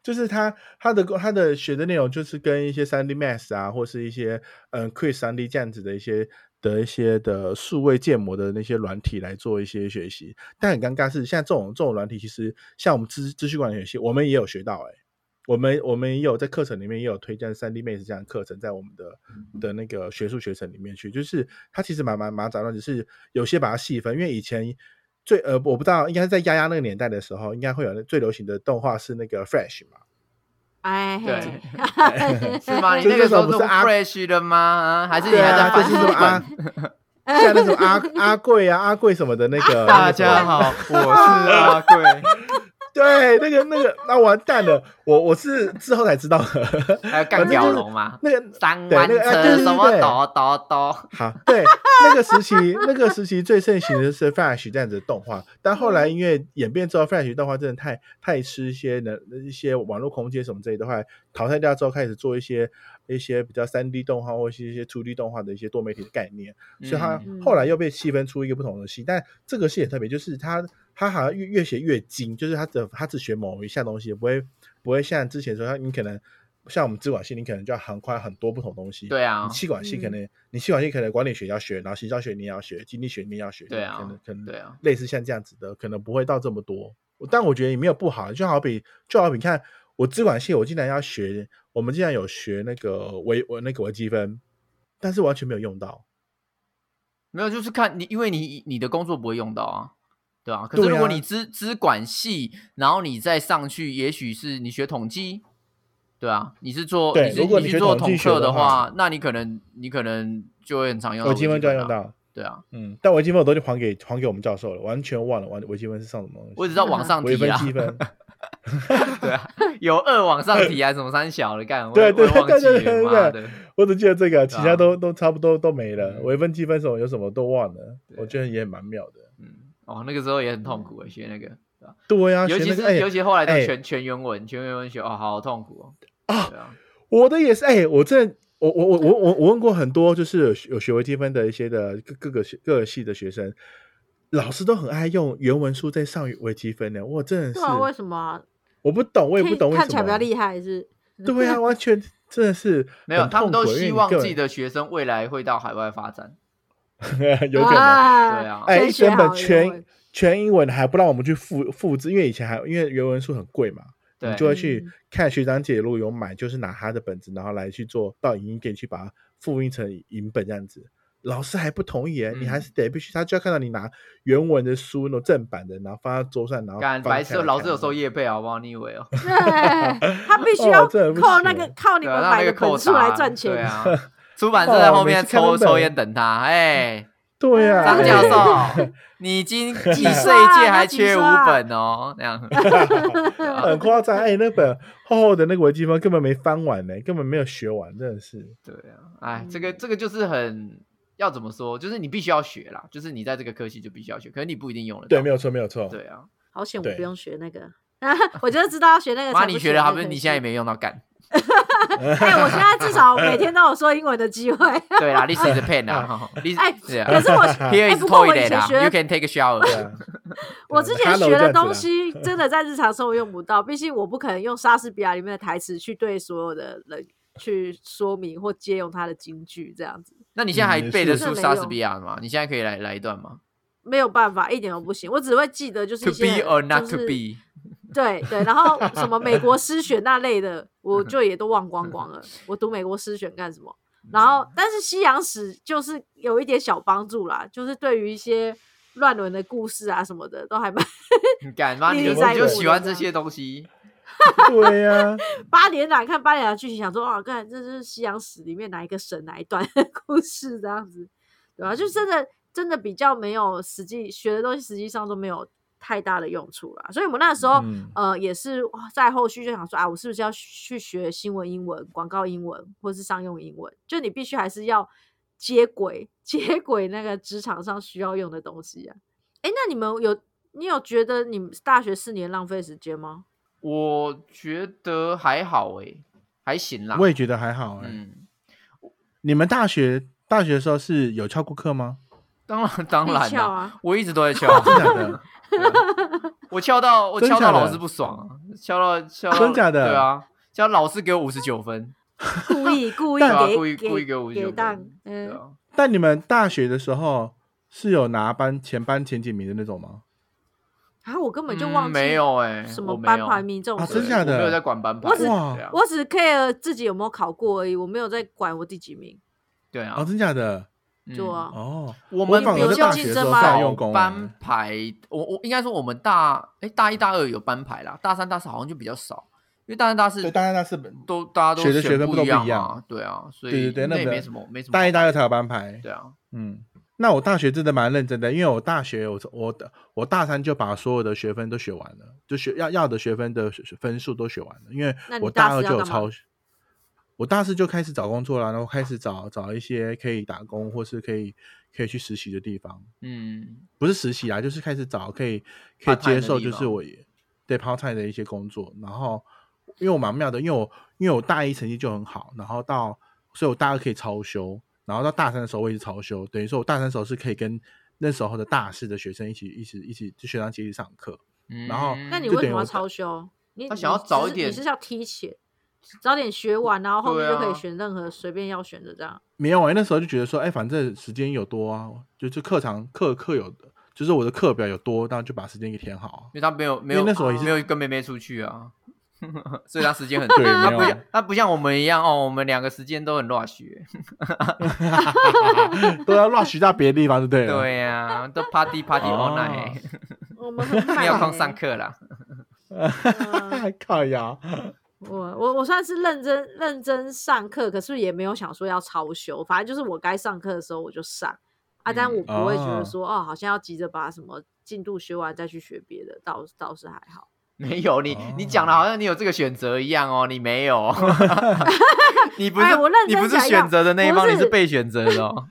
S1: 就是他他的他的学的内容就是跟一些三 D Max 啊，或是一些嗯 Quiz 三 D 这样子的一些的一些的数位建模的那些软体来做一些学习。但很尴尬是，现在这种这种软体其实像我们资资讯管理学系，我们也有学到哎、我们我们也有在课程里面也有推荐三 D Max 这样的课程，在我们的的那个学术学程里面去，就是它其实蛮蛮蛮杂乱，只是有些把它细分，因为以前最呃我不知道，应该是在丫丫那个年代的时候，应该会有那最流行的动画是那个 Flash 嘛，
S2: 哎
S3: 对 *laughs*
S2: 嘿，
S3: 是吗？你
S1: 就
S3: 那个
S1: 那
S3: 时
S1: 时候
S3: 候
S1: 不
S3: 是
S1: 是阿
S3: fresh 的吗？啊还是你
S1: 对
S3: 还
S1: 啊，
S3: 在翻
S1: 就
S3: 译
S1: 是什么阿
S3: 本？，
S1: 像那种阿阿贵啊、阿贵什么的那个，
S3: 大家好，我是阿贵。
S1: 对，那个那个，那完蛋了，我我是之后才知道的， *laughs*
S3: 还有干
S1: 反正
S3: 屌
S1: 就是
S3: 龙吗？
S1: 那个
S3: 三
S1: 对
S3: 弯
S1: 那个啊对
S3: 车
S1: 对
S3: 什么
S1: 对
S3: 抖抖抖？
S1: 好，对，那个时期，那个时期最盛行的是 Flash 这样子的动画，但后来因为演变之后，Flash 动画真的太太吃一些能一些网络空间什么之类的，后来淘汰掉之后，开始做一些一些比较三 D 动画或是一些 2D 动画的一些多媒体的概念，所以它
S3: 嗯
S1: 后来又被细分出一个不同的系，但这个系很特别，就是它它好像越越写越精，就是它只它只学某一项东西，不会不会像之前说，它你可能像我们资管系，你可能就要横跨很多不同东西，
S3: 对啊
S1: 你，气管系可
S2: 嗯
S1: 能、你气管系可能管理学要学，然后行销学你也要学，经济学你也要学，
S3: 对啊
S1: 可能可能
S3: 对啊，
S1: 类似像这样子的，可能不会到这么多。但我觉得也没有不好，啊就好比就好比看我资管系，我竟然要学，我们竟然有学那个微我那个微积分，但是完全没有用到。
S3: 没有就是看你，因为你你的工作不会用到啊，对啊。可
S1: 对
S3: 是如果
S1: 啊
S3: 你资资管系，然后你再上去，也许是你学统计，对对啊，你是做
S1: 对
S3: 你是
S1: 如果
S3: 你
S1: 你
S3: 是
S1: 学
S3: 做
S1: 统计学
S3: 课
S1: 的
S3: 话，
S1: 话
S3: 那你可能你可能就会很常用到
S1: 微积分就要
S3: 啊
S1: 用，到。
S3: 对啊，
S1: 嗯，但微积分我都已经还给还给我们教授了，完全忘了完微积分是上什么
S3: 我
S1: 东
S3: 只
S1: 西。
S3: 知道往上
S1: 微
S3: 提
S1: 分
S3: 啊，
S1: 积分，
S3: 对啊， *laughs* 有二往上提还是什么三小的干，我
S1: 对对
S3: 我也忘记
S1: 对对
S3: 了，
S1: 对
S3: 妈
S1: 对
S3: 的，
S1: 我只记得这个，
S3: *laughs* 对
S1: 其
S3: 啊
S1: 他都都差不多都没了。
S3: 嗯
S1: 微分积分什么有什么都忘了，
S3: 对
S1: 我觉得也蛮妙的。
S3: 嗯，哦，那个时候也很痛苦欸，学那个，对啊
S1: 对呀，
S3: 尤
S1: 学
S3: 其
S1: 那
S3: 是
S1: 个哎
S3: 尤其后来的
S1: 哎
S3: 全全原文，全原文学，哦，好痛苦哦，
S1: 啊
S3: 对啊，
S1: 我的也是，哎、我真的，我我我我我我问过很多，就是有学有学微积分的一些的各各个学各个系的学生，老师都很爱用原文书在上微积分的，我真的是
S2: 对，啊，为什么啊？
S1: 我不懂，我也
S2: 可
S1: 不
S2: 以
S1: 懂为什么，
S2: 看起来比较厉害是？
S1: 对啊，完全真的是
S3: 没有，
S1: 很
S3: 他们
S1: 痛
S3: 都
S1: 苦因为
S3: 希
S1: 你
S3: 望
S1: 根
S3: 自己的学生未来会到海外发展，
S1: 本 *laughs* 有可能。
S2: 啊
S3: 对啊
S1: 哎，
S2: 先
S1: 一
S2: 学
S1: 整本
S2: 好英
S1: 全
S2: 文
S1: 全英文还不让我们去复复制，因为以前还因为原文书很贵嘛，
S3: 对
S1: 你，就会去
S2: 嗯
S1: 看学长姐如果有买，就是拿他的本子，然后来去做到影音店去把它复印成影本这样子。老师还不同意耶，
S3: 嗯
S1: 你还是得必须，他就要看到你拿原文的书，那种正版的，然后放在桌上，然后
S3: 干
S1: 翻
S3: 白
S1: 开
S3: 色
S1: 来
S3: 老
S1: 看
S3: 师有收业配好不好？你以为哦？
S2: 对，他必须
S1: 哦
S2: 要
S1: 这很不
S2: 靠那
S1: 行
S2: 个靠你
S3: 对啊，
S2: 们
S3: 那
S2: 买
S3: 那
S2: 的
S3: 个
S2: 本
S3: 扣
S2: 数
S3: 打
S2: 来赚
S3: 对
S2: 钱。
S3: 啊，
S2: *laughs*
S3: 出版社在后面抽
S1: 哦每次看
S3: 抽
S1: 本
S3: 烟等他，
S1: *laughs*
S3: 哎，
S1: 对啊呀、
S3: 张
S2: 哎
S3: 教授， *laughs* 你已经几岁
S2: 啊
S3: 界还缺五本哦，那
S2: *laughs*
S3: 样，
S1: *laughs* 很夸张。哎、那本厚厚的那个微积分根本没翻完呢，根本没有学完，真的是。
S3: 对啊，哎，这个
S2: 嗯
S3: 这个就是很要怎么说，就是你必须要学啦，就是你在这个科系就必须要学，可是你不一定用得
S1: 对，
S3: 到
S1: 没有错，没有错。
S3: 对啊，
S2: 好险我
S1: 对
S2: 不用学那个， *laughs* 我就知道要学那个才
S3: 妈
S2: 不
S3: 你学了，
S2: 那
S3: 好
S2: 个
S3: 不
S2: 可
S3: 你
S2: 惜
S3: 现在也没用到干，
S2: 哎、我现在至少每天都有说英文的机会。
S3: 对
S2: *laughs*
S3: 啦，this is a pen
S1: *laughs*
S3: 啊，this
S2: 哎
S3: *laughs* 对
S2: 可
S3: 啊
S2: 是我，
S3: ，here
S2: 哎
S3: is
S2: 不过我以
S3: toilet
S2: 前
S3: 啊
S2: 学
S3: ，you can take a
S1: 对
S3: shower，
S1: 啊
S2: 我之前
S1: 嗯 Hello
S2: 学
S1: 这
S2: 的
S1: 样子啦啊
S2: 东西真的在日常生活用不到，毕竟我不可能用莎士比亚里面的台词去对所有的人去说明或借用他的金句，这样子
S3: 那你现在还
S1: 嗯
S3: 背得
S2: 是
S3: 出
S2: 真的
S3: 莎
S2: 没
S3: 士
S2: 用
S3: 比亚吗？你现在可以来来一段吗
S2: 没有办法，一点都不行。我只会记得就是
S3: ？To
S2: 一
S3: be
S2: 些
S3: or not
S2: 就
S3: to
S2: 是
S3: be。
S2: 对对，然后什么美国诗选那类的，我就也都忘光光了。我读美国诗选干什么？然后，但是西洋史就是有一点小帮助啦，就是对于一些乱伦的故事啊什么的，都还蛮 *laughs*
S3: 你敢吗？
S2: 历
S3: 你就
S1: 历在
S3: 你就
S1: 目
S3: 喜
S2: 的
S3: 欢
S2: 这
S3: 这
S2: 样
S3: 些东西，
S1: 对呀、
S2: 八点档看八点档剧情，想说哇，看这是西洋史里面哪一个神哪一段的故事这样子，对吧、就真的真的比较没有实际学的东西，实际上都没有太大的用处啦。所以我们那时候、
S1: 嗯
S2: 呃也是哇在后续就想说啊，我是不是要去学新闻英文、广告英文或是商用英文？就你必须还是要接轨 *laughs* 接轨那个职场上需要用的东西啊。哎，那你们有你有觉得你们大学四年浪费时间吗？
S3: 我觉得还好诶、还行啦。
S1: 我也觉得还好哎、
S3: 嗯，
S1: 你们大学大学的时候是有翘过
S3: *laughs*
S1: 课吗？哦
S3: 当然当
S2: 必
S3: 然
S2: 翘
S3: 啦， *laughs*
S2: 啊
S3: 我一直都在翘，
S1: *laughs* 真假的？
S3: *laughs* 我翘到我
S1: 真
S3: 翘
S1: 假
S3: 到老
S1: 的
S3: 师不爽啊，翘到翘到
S1: 真假的
S3: 对啊，翘到老师给我五十九分，
S2: 故意故意
S3: 对啊
S2: 给
S3: 故意
S2: 给
S3: 故意给我59
S2: 给
S3: 分
S2: 当，
S3: 对
S2: 嗯，
S3: 啊，
S1: 但你们大学的时候是有拿班前班前几名的那种吗？
S2: 啊，我根本就
S3: 嗯
S2: 忘记
S3: 没有诶、
S2: 什
S3: 我
S2: 么
S3: 没
S2: 班
S3: 有
S2: 排名这种
S1: 啊
S2: 事
S3: 对
S1: 真假
S3: 我没有
S1: 的
S3: 在管班排，
S2: 我只
S3: 对
S1: 哇
S3: 啊，
S2: 我只 care 自己有没有考过而已，我没有在管我第几名，
S3: 对
S1: 哦，
S3: 啊，
S1: 真假的？
S3: 嗯
S2: 对啊，
S1: 哦，
S3: 我们
S1: 反而
S3: 比
S1: 在
S3: 较
S1: 大
S2: 竞
S1: 学的时
S2: 争
S1: 候
S2: 吗
S1: 在用功
S3: 班
S1: 欸，
S3: 排，我我应该说我们大哎大一大二有班排啦，大三大四好像就比较少，因为大三大四
S1: 对，当然那是本
S3: 都大家都
S1: 学的学分
S3: 不
S1: 都不
S3: 样
S1: 一
S3: 嘛
S1: 样，
S3: 对啊，所以
S1: 对对对，
S3: 那也
S1: 个
S3: 没什么没什么
S1: 大一大
S3: 好
S1: 二才有班排，
S3: 对啊，
S1: 嗯。那我大学真的蛮认真的，因为我大学我我我大三就把所有的学分都学完了，就学要要的学分的学分数都学完了，因为
S2: 那你
S1: 我
S2: 大
S1: 大二
S2: 四要
S1: 就有
S2: 干嘛
S1: 超，我大四就开始找工作了，然后开始找找一些可以打工或是可以可以去实习的地方，
S3: 嗯，
S1: 不是实习啊，就是开始找可以可以
S3: Part-time
S1: 接受，
S3: 的地
S1: 就
S3: 方
S1: 是我也对泡菜的一些工作。然后因为我蛮妙的，因为我因为我大一成绩就很好，然后到所以我大二可以超修，然后到大三的时候我也是超修，等于说我大三的时候是可以跟那时候的大四的学生一起一起一起就学长姐一起上课。然后
S3: 嗯
S2: 那你
S1: 就等
S2: 为什
S1: 于
S2: 么要
S1: 我
S2: 超修？你
S3: 他
S2: 你
S3: 想要
S2: 只
S3: 早
S2: 是
S3: 一点
S2: 你是要提前早点学完，然后后面
S3: 对
S2: 就可以
S3: 啊
S2: 选任何随便要选的这样。
S1: 没有啊，那时候就觉得说，哎，反正时间有多啊，就是课堂课课有，就是我的课表有多，那就把时间给填好啊。
S3: 因为他没有没
S1: 因
S3: 有
S1: 为那时候也是
S3: 没有跟妹妹出去啊， *laughs* 所以他时间很
S1: 对，
S3: 他
S1: 没有
S3: 不像
S1: 啊，
S3: 他不像我们一样哦，我们两个时间都很乱学，
S1: 啊 *laughs* 都要 rush 到别的地方，对不对了？ *laughs*
S3: 对呀，都 party party all
S1: 哦
S3: night，
S2: *laughs*
S3: *laughs*
S2: 我们很欸慢
S3: 没有空
S2: 欸
S3: 上课啦，
S1: 靠呀，
S2: 嗯我我我算是认真认真上课，可是也没有想说要超修，反正就是我该上课的时候我就上啊，但
S3: 嗯
S2: 我不会觉得
S1: 哦
S2: 说、哦，好像要急着把什么进度学完再去学别的，倒倒是还好。
S3: *laughs* 没有你，你讲的
S1: 哦
S3: 好像你有这个选择一样哦，你没
S1: *laughs*
S3: 有，你不是、
S2: 哎我认
S3: 你
S2: 真
S3: 不是
S2: 讲要
S3: 选择的那一
S2: 不
S3: 方，你
S2: 是
S3: 是被选择的、
S2: *laughs*
S3: 哦。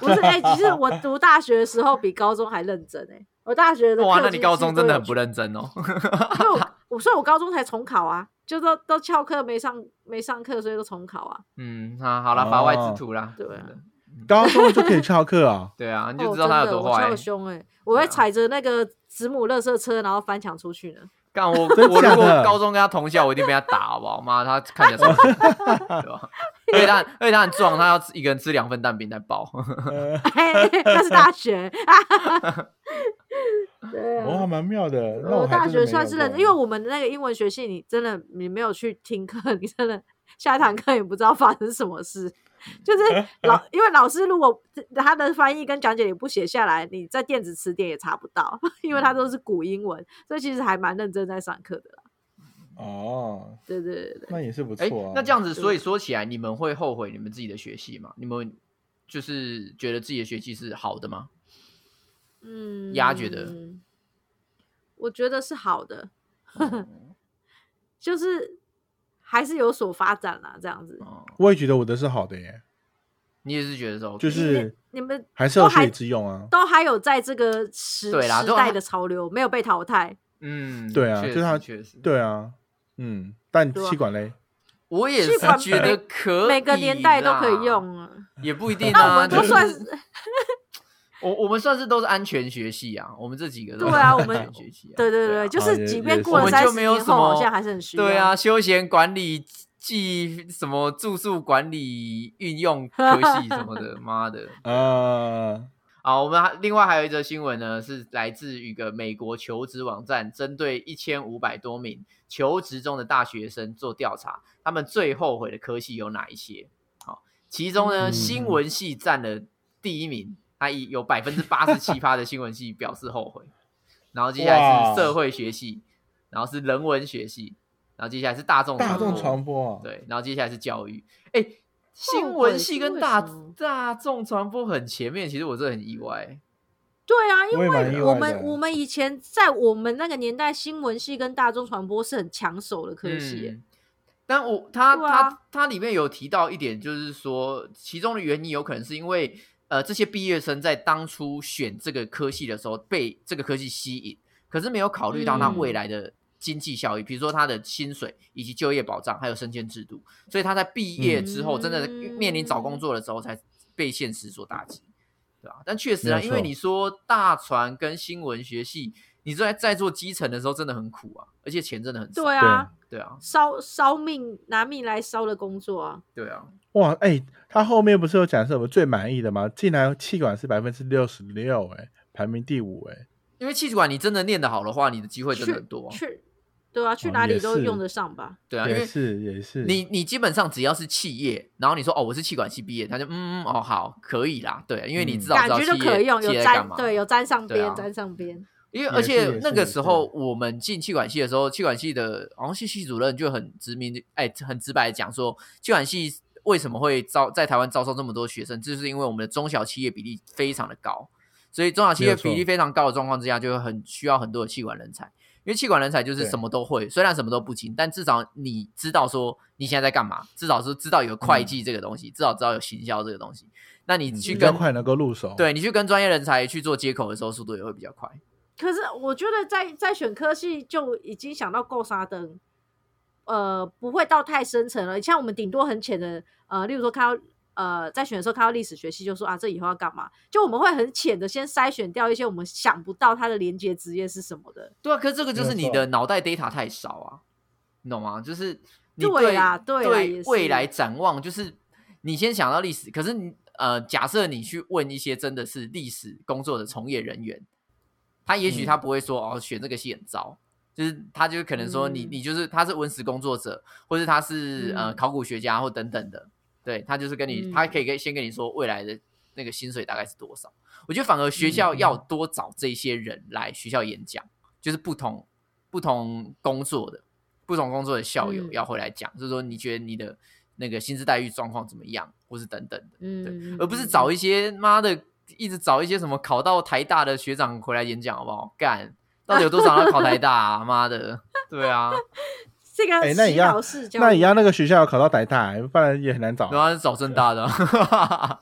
S2: 不是哎、其实
S3: *laughs*
S2: 我读大学的时候比高中还认真哎、我大学的
S3: 哇，
S2: 课
S3: 那你
S2: 其实
S3: 高中真的很
S2: 都有
S3: 不认真哦。 *laughs*
S2: 因为我我所以我高中才重考啊，就都都翘课没上没上课，所以都重考啊。
S3: 嗯，啊，好
S1: 哦
S3: 了，法外之徒啦。？
S2: 对啊
S1: 高中就可以翘课 *laughs* 啊
S3: 对啊，你就
S2: 哦
S3: 知道他有
S2: 真的
S3: 多
S2: 我
S3: 坏
S2: 超。凶哎、我
S3: 对
S2: 会
S3: 啊
S2: 踩着那个子母垃圾车，然后翻墙出去呢。 *laughs*
S3: 干我，
S1: 真
S3: 我如
S1: 假
S3: 果
S1: 的
S3: 高中跟他同校，我一定被他打，好不好？妈，他看起来超凶， *laughs* 对吧？而且他很，而且他很壮，他要吃一个人吃两份蛋饼再饱。
S1: 呃
S2: 那是大
S3: *laughs*
S2: 学。 *laughs* 对
S1: 我哦还
S2: 啊。
S1: 蛮妙的。那
S2: 我
S1: 还
S2: 大
S1: 真的没
S2: 学算
S1: 有
S2: 是认
S1: 过
S2: 真，因为我们的那个英文学系，你真的你没有去听课，你真的下一堂课也不知道发生什么事。
S1: *laughs*
S2: 就是老，因为老师如果他的翻译跟讲解你不写下来，你在电子词典也查不到，因为它
S1: 嗯
S2: 都是古英文，所以其实还蛮认真在上课的啦。
S1: 哦，
S2: 对对对对，
S1: 那也是不
S3: 哎
S1: 错啊。，
S3: 那这样子，
S2: 对
S3: 所以说起来，你们会后悔你们自己的学习吗？你们就是觉得自己的学习是好的吗？
S2: 嗯，
S3: 鸭觉得，
S2: 我觉得是好的，
S1: 哦
S2: *laughs* 就是还是有所发展啦，这样子。
S3: 哦，
S1: 我也觉得我的是好的耶，
S3: 你也是觉得是 OK，
S1: 就
S3: 的
S1: 是
S2: 你们
S1: 还是有
S2: 都还
S1: 学以致用啊。
S2: 都还有在这个时
S3: 对啦
S2: 时
S3: 都还
S2: 代的潮流没有被淘汰，
S3: 嗯，
S1: 对啊
S3: 确
S1: 就是他
S3: 实确实，
S1: 对啊，嗯，但
S2: 对啊
S1: 气管嘞，
S3: 我也是
S2: 气管
S3: 觉得可以，
S2: 每个年代都可以，用啊。
S3: 也不一定
S2: *laughs* 那我
S3: 啊。
S2: 们都
S3: 就是
S2: 算是
S3: *laughs* 我我们算是都是安全学系啊，我们这几个都
S2: 对啊
S3: 是
S2: 我们
S3: 安全学系啊，
S2: 对对
S3: 对啊
S2: 对，就
S1: 啊也
S2: 是即便
S1: 也
S2: 过了
S1: 是
S3: 我们
S2: 三
S3: 就
S2: 十
S3: 没有
S2: 年
S3: 什
S2: 后，
S3: 么
S2: 好像还是很需要。
S3: 对啊，，休闲管理、记什么住宿管理、运用科系什么
S2: *laughs*
S3: 的，妈的！
S1: 啊，
S3: 啊，我们还另外还有一则新闻呢，是来自一个美国求职网站，针对一千五百多名求职中的大学生做调查，他们最后悔的科系有哪一些？好，其中呢，
S1: 嗯
S3: 新闻系占了第一名，它以有百分之八十七趴的新闻系表示后悔，然后接下来是
S1: 哇
S3: 社会学系，然后是人文学系，然后接下来是大众
S1: 大众
S3: 播
S1: 传播啊，
S3: 对，然后接下来是教育。哎，新
S2: 后
S3: 闻
S2: 悔
S3: 系
S2: 是
S3: 跟
S2: 为
S3: 大
S2: 什么
S3: 大众传播很前面，其实我真的很意外。
S2: 对啊，因
S1: 我也蛮意
S2: 为
S1: 外
S2: 我
S1: 的
S2: 们我们以前在我们那个年代，新闻系跟大众传播是很抢手的科系耶。
S3: 嗯但我他
S2: 对啊
S3: 他他里面有提到一点，就是说其中的原因有可能是因为呃这些毕业生在当初选这个科系的时候被这个科系吸引，可是没有考虑到他
S2: 嗯
S3: 未来的经济效益，比如说他的薪水以及就业保障，还有升迁制度，所以他在毕业之后，
S2: 嗯
S3: 真的面临找工作的时候才被现实所打击，对吧、但确实啊，
S1: 没有
S3: 因为
S1: 错
S3: 你说大传跟新闻学系，你在在做基层的时候真的很苦啊，而且钱真的很少，
S2: 对啊，
S3: 对啊，
S2: 烧烧命拿命来烧的工作啊，
S3: 对啊，
S1: 哇，哎、他后面不是有讲是我们最满意的吗？竟然气管是百分之六十六，哎，排名第五、哎，
S3: 因为气管你真的念得好的话，你的机会真的很多啊。
S2: 去对啊，去
S1: 哦
S2: 哪里
S1: 也
S2: 都
S1: 是
S2: 用得上吧。
S3: 对啊，因
S1: 也
S3: 为
S1: 是也是，
S3: 你你基本上只要是企业，然后你说哦我是气管系毕业，他就嗯嗯哦好可以啦，对啊，因为你
S1: 嗯
S3: 知道
S2: 感
S3: 知道
S2: 觉就
S3: 企
S2: 可
S3: 业
S2: 以用，
S3: 企
S2: 有
S3: 业在干
S2: 沾
S3: 嘛，
S2: 对有沾上
S3: 对啊
S2: 边，沾上边。
S3: 因为
S1: 也
S3: 而
S1: 是
S3: 且
S1: 也
S3: 那
S1: 是
S3: 个
S1: 也
S3: 时
S1: 是
S3: 候我们进气管系的时候，气管系的好像系系主任就很直明，哎，很直白的讲说，气管系为什么会招在台湾招收这么多学生，就是因为我们的中小企业比例非常的高，所以中小企
S1: 没
S3: 业
S1: 有错
S3: 比例非常高的状况之下，就会很需要很多的气管人才。因为气管人才就是
S1: 对
S3: 什么都会，虽然什么都不精，但至少你知道说你现在在干嘛，至少是知道有会计这个东西，至少知道有行销这个东西。那你
S1: 嗯
S3: 去
S1: 比较
S3: 跟
S1: 快能够入手，
S3: 对你去跟专业人才去做接口的时候，速度也会比较快。
S2: 可是我觉得在在选科系就已经想到够沙灯，呃，不会到太深层了。像我们顶多很浅的，呃，例如说看到呃在选的时候看到历史学系，就说啊这以后要干嘛，就我们会很浅的先筛选掉一些我们想不到它的连接职业是什么的。
S3: 对啊，可是这个就是
S1: 没
S3: 你
S1: 有错
S3: 的脑袋 data 太少啊，你懂吗？就是你
S2: 对啦对啦
S3: 对
S2: 也是
S3: 未来展望，就是你先想到历史，可是你呃，假设你去问一些真的是历史工作的从业人员，他也许
S1: 嗯
S3: 他不会说、哦，选这个系很糟。就是他，就是可能说你，
S2: 嗯
S3: 你就是他是文史工作者，或是他是、呃
S2: 嗯
S3: 考古学家或等等的，对他就是跟你，
S2: 嗯
S3: 他可以跟先跟你说未来的那个薪水大概是多少。我觉得反而学校
S1: 嗯
S3: 要多找这些人来学校演讲，就是不同不同工作的，不同工作的校友
S2: 嗯
S3: 要回来讲，就是说你觉得你的那个薪资待遇状况怎么样，或是等等的，
S2: 嗯，
S3: 而不是
S2: 嗯
S3: 找一些妈的一直找一些什么考到台大的学长回来演讲，好不好？干，到底有多少人要考台大啊？ *laughs* 妈的，对啊，
S2: 这个
S1: 哎那也
S2: 洗
S1: 要
S2: 脑式教育，
S1: 那也要那个学校有考到台大、不然也很难找。
S3: 对啊，找正大的 *laughs* 啊，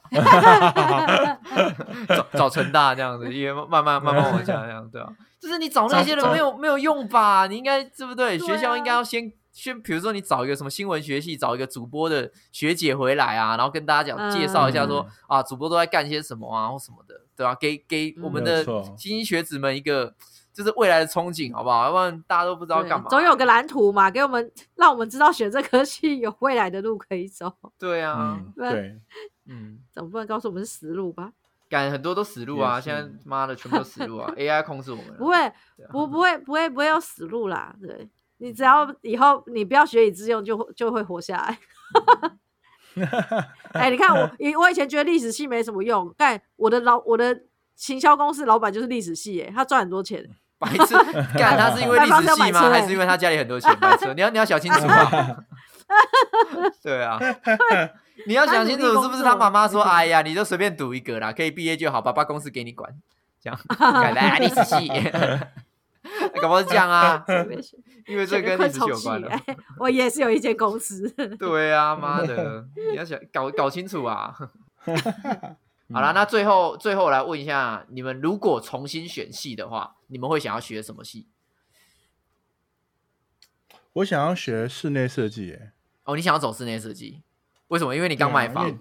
S3: 找找成大这样子，因为慢慢慢慢往
S2: *laughs*
S3: 下这样，对啊，就是你找那些人
S1: 找
S3: 没有没有用吧？你应该对不对？
S2: 对啊
S3: 学校应该要先先，比如说你找一个什么新闻学系，找一个主播的学姐回来啊，然后跟大家讲
S2: 嗯
S3: 介绍一下说啊，主播都在干些什么啊，或什么的，对啊，给给
S2: 嗯
S3: 我们
S1: 没
S3: 的
S1: 有错
S3: 精英学子们一个就是未来的憧憬，好不好？要不然大家都不知道
S2: 对啊
S3: 干嘛。
S2: 总有个蓝图嘛，给我们 *laughs* 让我们知道选这科系有未来的路可以走， *laughs*
S3: 对啊，
S1: 嗯，
S2: 对
S1: 对，
S3: 嗯。
S2: 总不能告诉我们是死路吧？
S3: 感很多都死路啊！
S1: 也是
S3: 现在妈的全部都死路
S1: *laughs*
S3: 啊！AI 控制我们了，
S2: 不会
S3: 对啊，嗯
S2: 不不会不会不会有死路啦，对。你只要以后你不要学以致用就，就会活下来。
S3: 嗯
S2: *laughs* 哎、你看我，以我以前觉得历史系没什么用，但我的老我的行销公司老板就是历史系、耶，他赚很多钱。
S3: 白痴！干他是因为历史系吗？还是因为他家里很多钱？白痴！你要你要想清楚啊！对啊，你要想清楚是不是他妈妈说：“哎呀，你就随便读一个啦，可以毕业就好，爸爸公司给你管。”这样，干来啊历史系， *laughs* 搞不好是这样啊？
S2: 随便选
S3: 因为这
S2: 选个
S3: 跟
S2: 昆
S3: 历史系
S2: 虫
S3: 有
S2: 系
S3: 关的。
S2: 哎我也是有一间公司。 *laughs*
S3: *laughs* 对啊，妈的，你要想搞搞清楚
S1: *laughs*
S3: 啊！好
S1: 嗯
S3: 啦，那最后最后来问一下，你们如果重新选系的话，你们会想要学什么系？
S1: 我想要学室内设计耶，
S3: 哦，你想要走室内设计，为什么？因为你刚买
S1: 对啊
S3: 房。
S1: 因为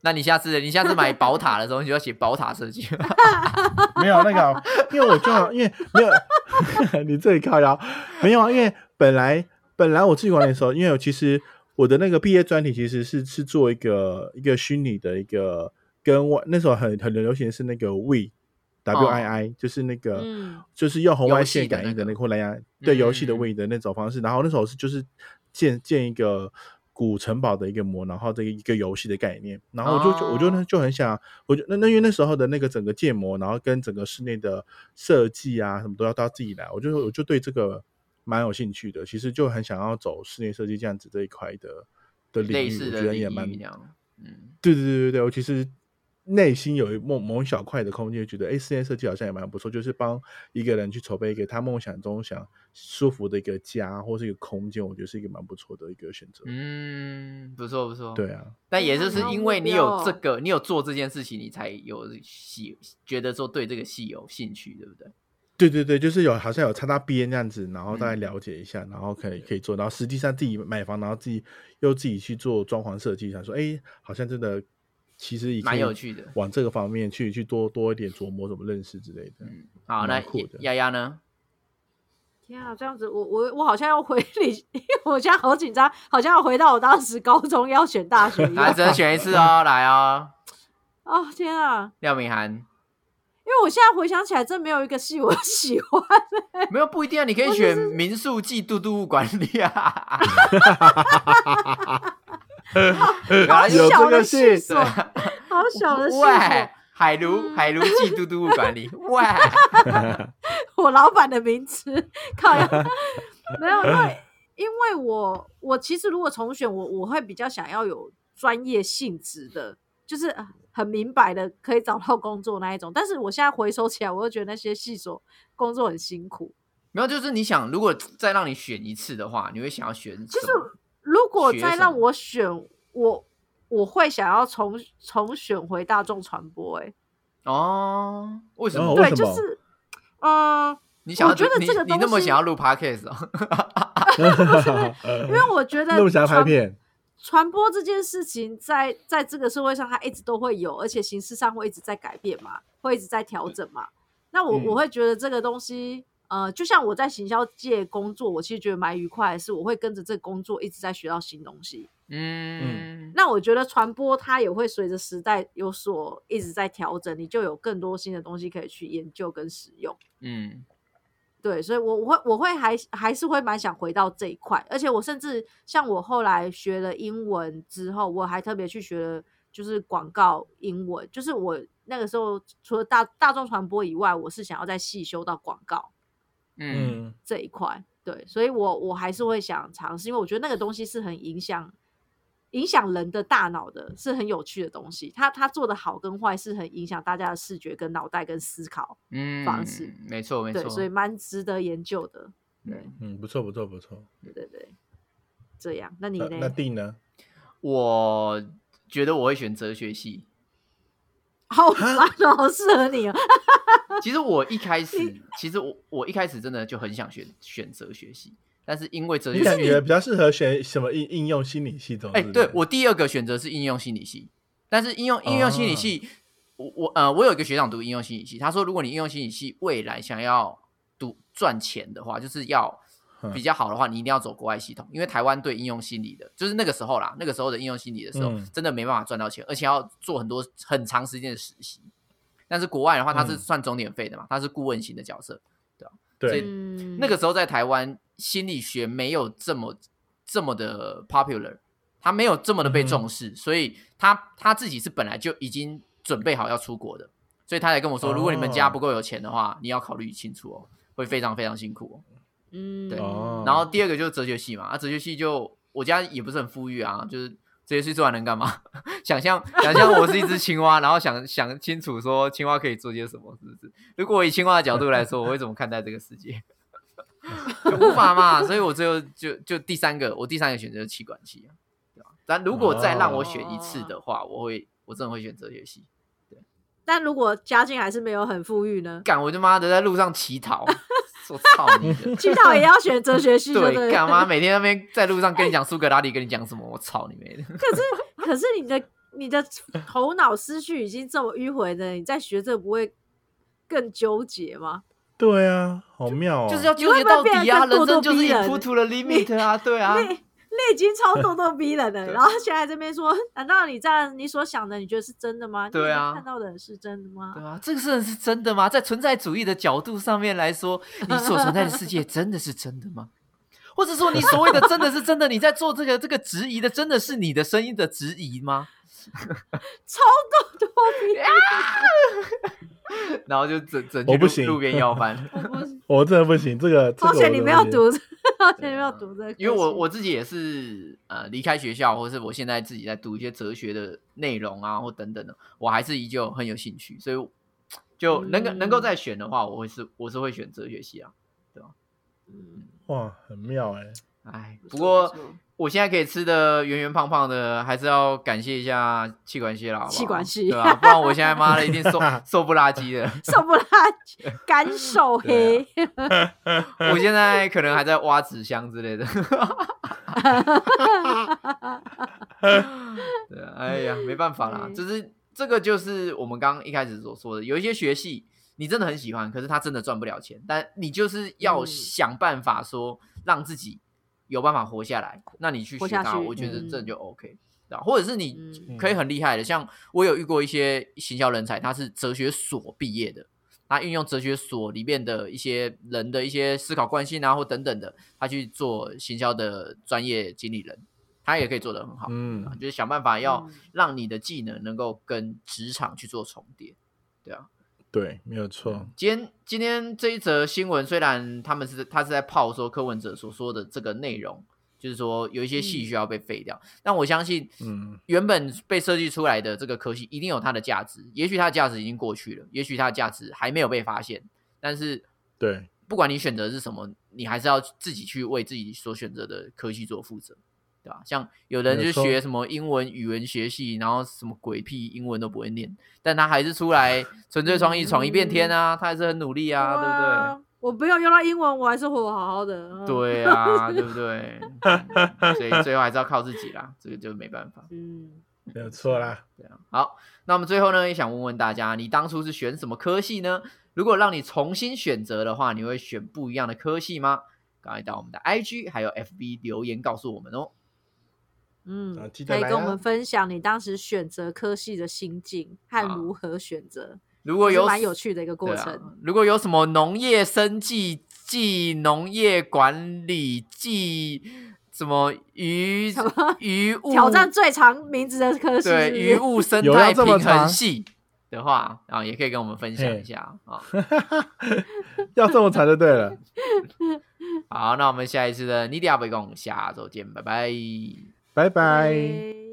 S3: 那你下次你下次买宝塔的时候，你就要写宝塔设计。
S1: 没有那个啊，因为我就好因为没有 *laughs* 你这里靠腰，没有啊，因为本来本来我自己管理的时候，因为我其实我的那个毕业专题其实是是做一个一个虚拟的一个跟外那时候很很流行的是那个
S3: 哦
S1: We W I I，、就是那个、
S2: 嗯
S1: 就是用红外线
S3: 游戏的
S1: 感应的
S3: 那
S1: 那
S3: 个
S1: 个或蓝牙对游戏的
S3: 嗯
S1: We 的那种方式，然后那时候是就是建建一个。古城堡的一个模，然后这个一个游戏的概念，然后我就、就我就那
S3: 哦
S1: 就很想我觉得那那因为那时候的那个整个建模，然后跟整个室内的设计啊，什么都要都要自己来，我就我就对这个蛮有兴趣的。其实就很想要走室内设计这样子这一块的的领
S3: 类
S1: 域，
S3: 似
S1: 我
S3: 的
S1: 觉得也
S3: 领
S1: 蛮
S3: 域这样。嗯，
S1: 对对对对对，我其实内心有一某某一小块的空间，觉得哎，诶室内设计好像也蛮不错，就是帮一个人去筹备一个他梦想中想舒服的一个家或是一个空间，我觉得是一个蛮不错的一个选择。
S3: 嗯，不错不错。
S1: 对，啊，
S3: 但也就是因为你有这
S2: 好目
S3: 个，你有做这件事情，你才有喜觉得说对这个戏有兴趣，对不对？
S1: 对对对，就是有好像有插到边这样子，然后大概
S3: 嗯
S1: 了解一下，然后可以可以做，然后实际上自己买房，然后自己又自己去做装潢设计，想说，哎，好像真的其实也可
S3: 蛮
S1: 以
S3: 有趣的
S1: 往这个方面去去多多一点琢磨，怎么认识之类 *laughs* 的。
S3: 嗯，好，那
S1: 蛮酷的
S3: 丫丫呢？
S2: 天啊，这样子我我我好像要回 *laughs* 你，我现在好紧张，好像要回到我当时高中要选大学一
S3: 来，
S2: 样。
S3: 只能选一次哦，来哦，
S2: *laughs* 哦天啊，
S3: 廖敏涵，
S2: 因为我现在回想起来，真没有一个戏我 *laughs* 喜欢。
S3: 没有不一定啊，你可以选民宿暨度度物管理啊。
S2: *laughs* 好
S1: 有这
S2: 小
S1: 个
S2: 的
S1: 戏
S2: 细琐，好小的细
S3: 喂
S2: 琐。，
S3: 海卢，海卢暨度度物管理，喂，
S2: 我老板的名字，靠
S1: *laughs*
S2: 呀，没有，因为因为我我其实如果重选，我我会比较想要有专业性质的，就是呃很明白的可以找到工作那一种。但是我现在回收起来，我又觉得那些细琐工作很辛苦。
S3: 没有，就是你想，如果再让你选一次的话，你会想要选什
S2: 是
S3: 么？
S2: 如果
S3: 学
S2: 再
S3: 什
S2: 让
S3: 么
S2: 我选，我我会想要重重选回大众传播、欸，
S3: 哦，为什么？
S1: 哦为
S2: 对，
S1: 什
S2: 就
S1: 么
S2: 是，呃，
S3: 你想要
S2: 我觉得
S3: 你
S2: 这个
S3: 你那么
S2: 东西
S3: 想要录 podcast 哦？
S2: 因为我觉得
S1: 嗯那么想要拍
S2: 传
S1: 片，
S2: 传播这件事情在，在这个社会上，它一直都会有，而且形式上会一直在改变嘛，会一直在调整嘛。那我、
S3: 嗯
S2: 我会觉得这个东西，呃，就像我在行销界工作，我其实觉得蛮愉快的是，我会跟着这个工作一直在学到新东西。
S3: 嗯，
S2: 那我觉得传播它也会随着时代有所一直在调整，你就有更多新的东西可以去研究跟使用。
S3: 嗯，
S2: 对，所以我我会我会还还是会蛮想回到这一块，而且我甚至像我后来学了英文之后，我还特别去学了就是广告英文，就是我那个时候除了大大众传播以外，我是想要再细修到广告
S3: 嗯，
S1: 嗯，
S2: 这一块。对，所以我我还是会想尝试，因为我觉得那个东西是很影响影响人的大脑的，是很有趣的东西。它它做的好跟坏是很影响大家的视觉、跟脑袋、跟思考。
S3: 嗯，
S2: 方式
S3: 没错没
S2: 对，
S3: 错，
S2: 所以蛮值得研究的。对
S1: 嗯，不错不错不错。
S2: 对对对，这样。那你
S1: 那那
S2: 呢？
S1: 定呢？
S3: 我觉得我会选哲学系。
S2: *laughs* 好烦哦， *laughs* 好适
S3: *laughs*
S2: 合你哦。
S3: 其实我一开始，其实我我一开始真的就很想选选哲学系，但是因为哲
S1: 你
S3: 学
S1: 感
S3: 系，
S1: 觉比较适合选什么应应用心理系统？
S3: 哎、
S1: 是不是
S3: 对我第二个选择是应用心理系，但是应用应用
S1: 哦
S3: 心理系，我我呃，我有一个学长读应用心理系，他说如果你应用心理系未来想要读赚钱的话，就是要
S1: 嗯
S3: 比较好的话，你一定要走国外系统，因为台湾对应用心理的，就是那个时候啦，那个时候的应用心理的时候，
S1: 嗯
S3: 真的没办法赚到钱，而且要做很多很长时间的实习。但是国外的话，它是
S1: 嗯
S3: 算钟点费的嘛，它是顾问型的角色，所
S1: 对
S3: 以
S2: 嗯，
S3: 那个时候在台湾心理学没有这么这么的 popular，他没有这么的被重视，所以他他自己是本来就已经准备好要出国的，所以他才跟我说，
S1: 哦
S3: 如果你们家不够有钱的话，你要考虑清楚哦，会非常非常辛苦哦
S2: 嗯，
S3: 对
S1: 哦
S3: 哦。然后第二个就是哲学系嘛，啊，哲学系就我家也不是很富裕啊，就是哲学系做完能干嘛？ *laughs* 想象想象我是一只青蛙，然后想想清楚说青蛙可以做些什么，是不是？如果我以青蛙的角度来说，我会怎么看待这个世界？ *laughs* 无法嘛，所以我最后就就第三个，我第三个选择是气管系啊，对吧？但如果再让我选一次的话，我会我真的会选哲学系。
S2: 但如果家境还是没有很富
S3: *laughs*
S2: 裕呢？
S3: 干我就妈的在路上乞讨， *laughs* 我操你的！
S2: 去到也要选哲学系，对
S3: 对，
S2: 了
S3: 干嘛每天在那边在路上跟你讲苏格拉底，跟你讲什么？我操你妹的！
S2: *laughs* 可是你的你的头脑思绪已经这么迂回的，你在学这不会更纠结吗？
S1: 对啊，好妙哦！
S3: *laughs* 就是要纠结到底啊！人生就是 put to the limit 啊，对啊
S2: 那，那已经超咄咄逼
S3: *laughs*
S2: 人了，然后现在这边说，难道你这样你所想的，你觉得是真的吗？
S3: 对啊
S2: 你看到的是真的吗 *laughs*
S3: 对？啊，这个事是真的吗？在存在主义的角度上面来说，你所存在的世界真的是真的吗？ *laughs* 或者说，你所谓的真的是真的，你在做这个这个质疑的，真的是你的声音的质疑吗？
S2: 超咄咄逼人，
S3: 然后就整整去
S1: 我不
S3: 路
S1: 行
S3: 路边要
S1: *laughs*
S3: 饭，
S2: 我不是
S1: 我真的不行，这个这个
S2: 好
S1: 我
S2: 险你没有
S1: 真的不行
S2: 读这， *laughs* 好险你没有读这个，
S3: 啊因为我我自己也是呃离开学校，或是我现在自己在读一些哲学的内容啊，或等等的，我还是依旧很有兴趣，所以就能够、能够
S2: 嗯
S3: 再选的话，我会是我是会选哲学系啊。
S2: 嗯
S1: 哇，很妙哎！
S3: 哎，
S2: 不
S3: 不
S2: 错
S3: 过
S2: 不错
S3: 我现在可以吃的圆圆胖胖的，还是要感谢一下气管系了，好不好
S2: 气管系
S3: 啊对吧、不然我现在妈的一定
S2: *laughs*
S3: 瘦瘦不拉几的。
S2: *laughs* 受不了，干手黑， *laughs*
S3: 我现在可能还在挖纸箱之类的。对啊，哎呀，没办法啦，
S2: 对
S3: 就是这个就是我们刚刚一开始所说的，有一些学系你真的很喜欢，可是他真的赚不了钱，但你就是要
S2: 嗯
S3: 想办法说让自己有办法活下来，那你去
S2: 活
S3: 学
S2: 下
S3: 它，
S2: 去
S3: 我觉得
S2: 嗯
S3: 这就 OK，对吧？啊或者是你
S2: 嗯
S3: 可以很厉害的，像我有遇过一些行销人才，他是哲学所毕业的，他啊运用哲学所里面的一些人的一些思考惯性啊，或等等的，他去做行销的专业经理人，他也可以做得很好。
S1: 嗯
S3: 啊，就是想办法要
S2: *laughs* 嗯
S3: 让你的技能能够跟职场去做重叠。
S1: 对，没有错。
S3: 今天今天这一则新闻，虽然他们是他是在泡说柯文哲所说的这个内容，就是说有一些系
S2: 嗯
S3: 需要被废掉，但我相信，
S1: 嗯，
S3: 原本被设计出来的这个科系一定有它的价值，也许它的价值已经过去了，也许它的价值还没有被发现，但是
S1: 对，
S3: 不管你选择是什么，你还是要自己去为自己所选择的科系做负责，对吧？像有人
S1: 没
S3: 就
S1: 错
S3: 学什么英文语文学系，然后什么鬼屁英文都不会念，但他还是出
S1: *laughs*
S3: 来纯粹创意闯一遍天啊，他还是很努力啊，对不对？
S2: 对？我不用用到英文，我还是活好好的。嗯，
S3: 对啊，对不
S1: *laughs*
S3: 对？嗯所以最后还是要靠自己啦，这个就没办法。
S2: 嗯，
S1: 没有错 *laughs* 啦。
S3: 对啊，好，那我们最后呢，也想问问大家，你当初是选什么科系呢？如果让你重新选择的话，你会选不一样的科系吗？赶快到我们的 IG 还有 FB 留言告诉我们哦。
S2: 嗯
S1: 啊，记得
S2: 可以
S1: 来
S2: 跟我
S1: 啊
S2: 们分享你当时选择科系的心境
S3: 啊
S2: 和如何选择，
S3: 如
S2: 我
S3: 果有
S2: 蛮有趣的一个过
S3: 对啊
S2: 程。
S3: 如果有什么农业生计、技农业管理、技什么渔渔务
S2: 挑战最长名字的科系
S3: 对
S2: 是不是
S3: 渔务生
S1: 有
S3: 态
S1: 要这么
S3: 平衡
S1: 长
S3: 系的话啊，也可以跟我们分享一
S1: 嘿
S3: 下啊。
S1: 要这么长就对了。
S3: 好，那我们下一次的尼迪亚北贡，下周见，拜拜。
S1: 拜拜。
S2: 对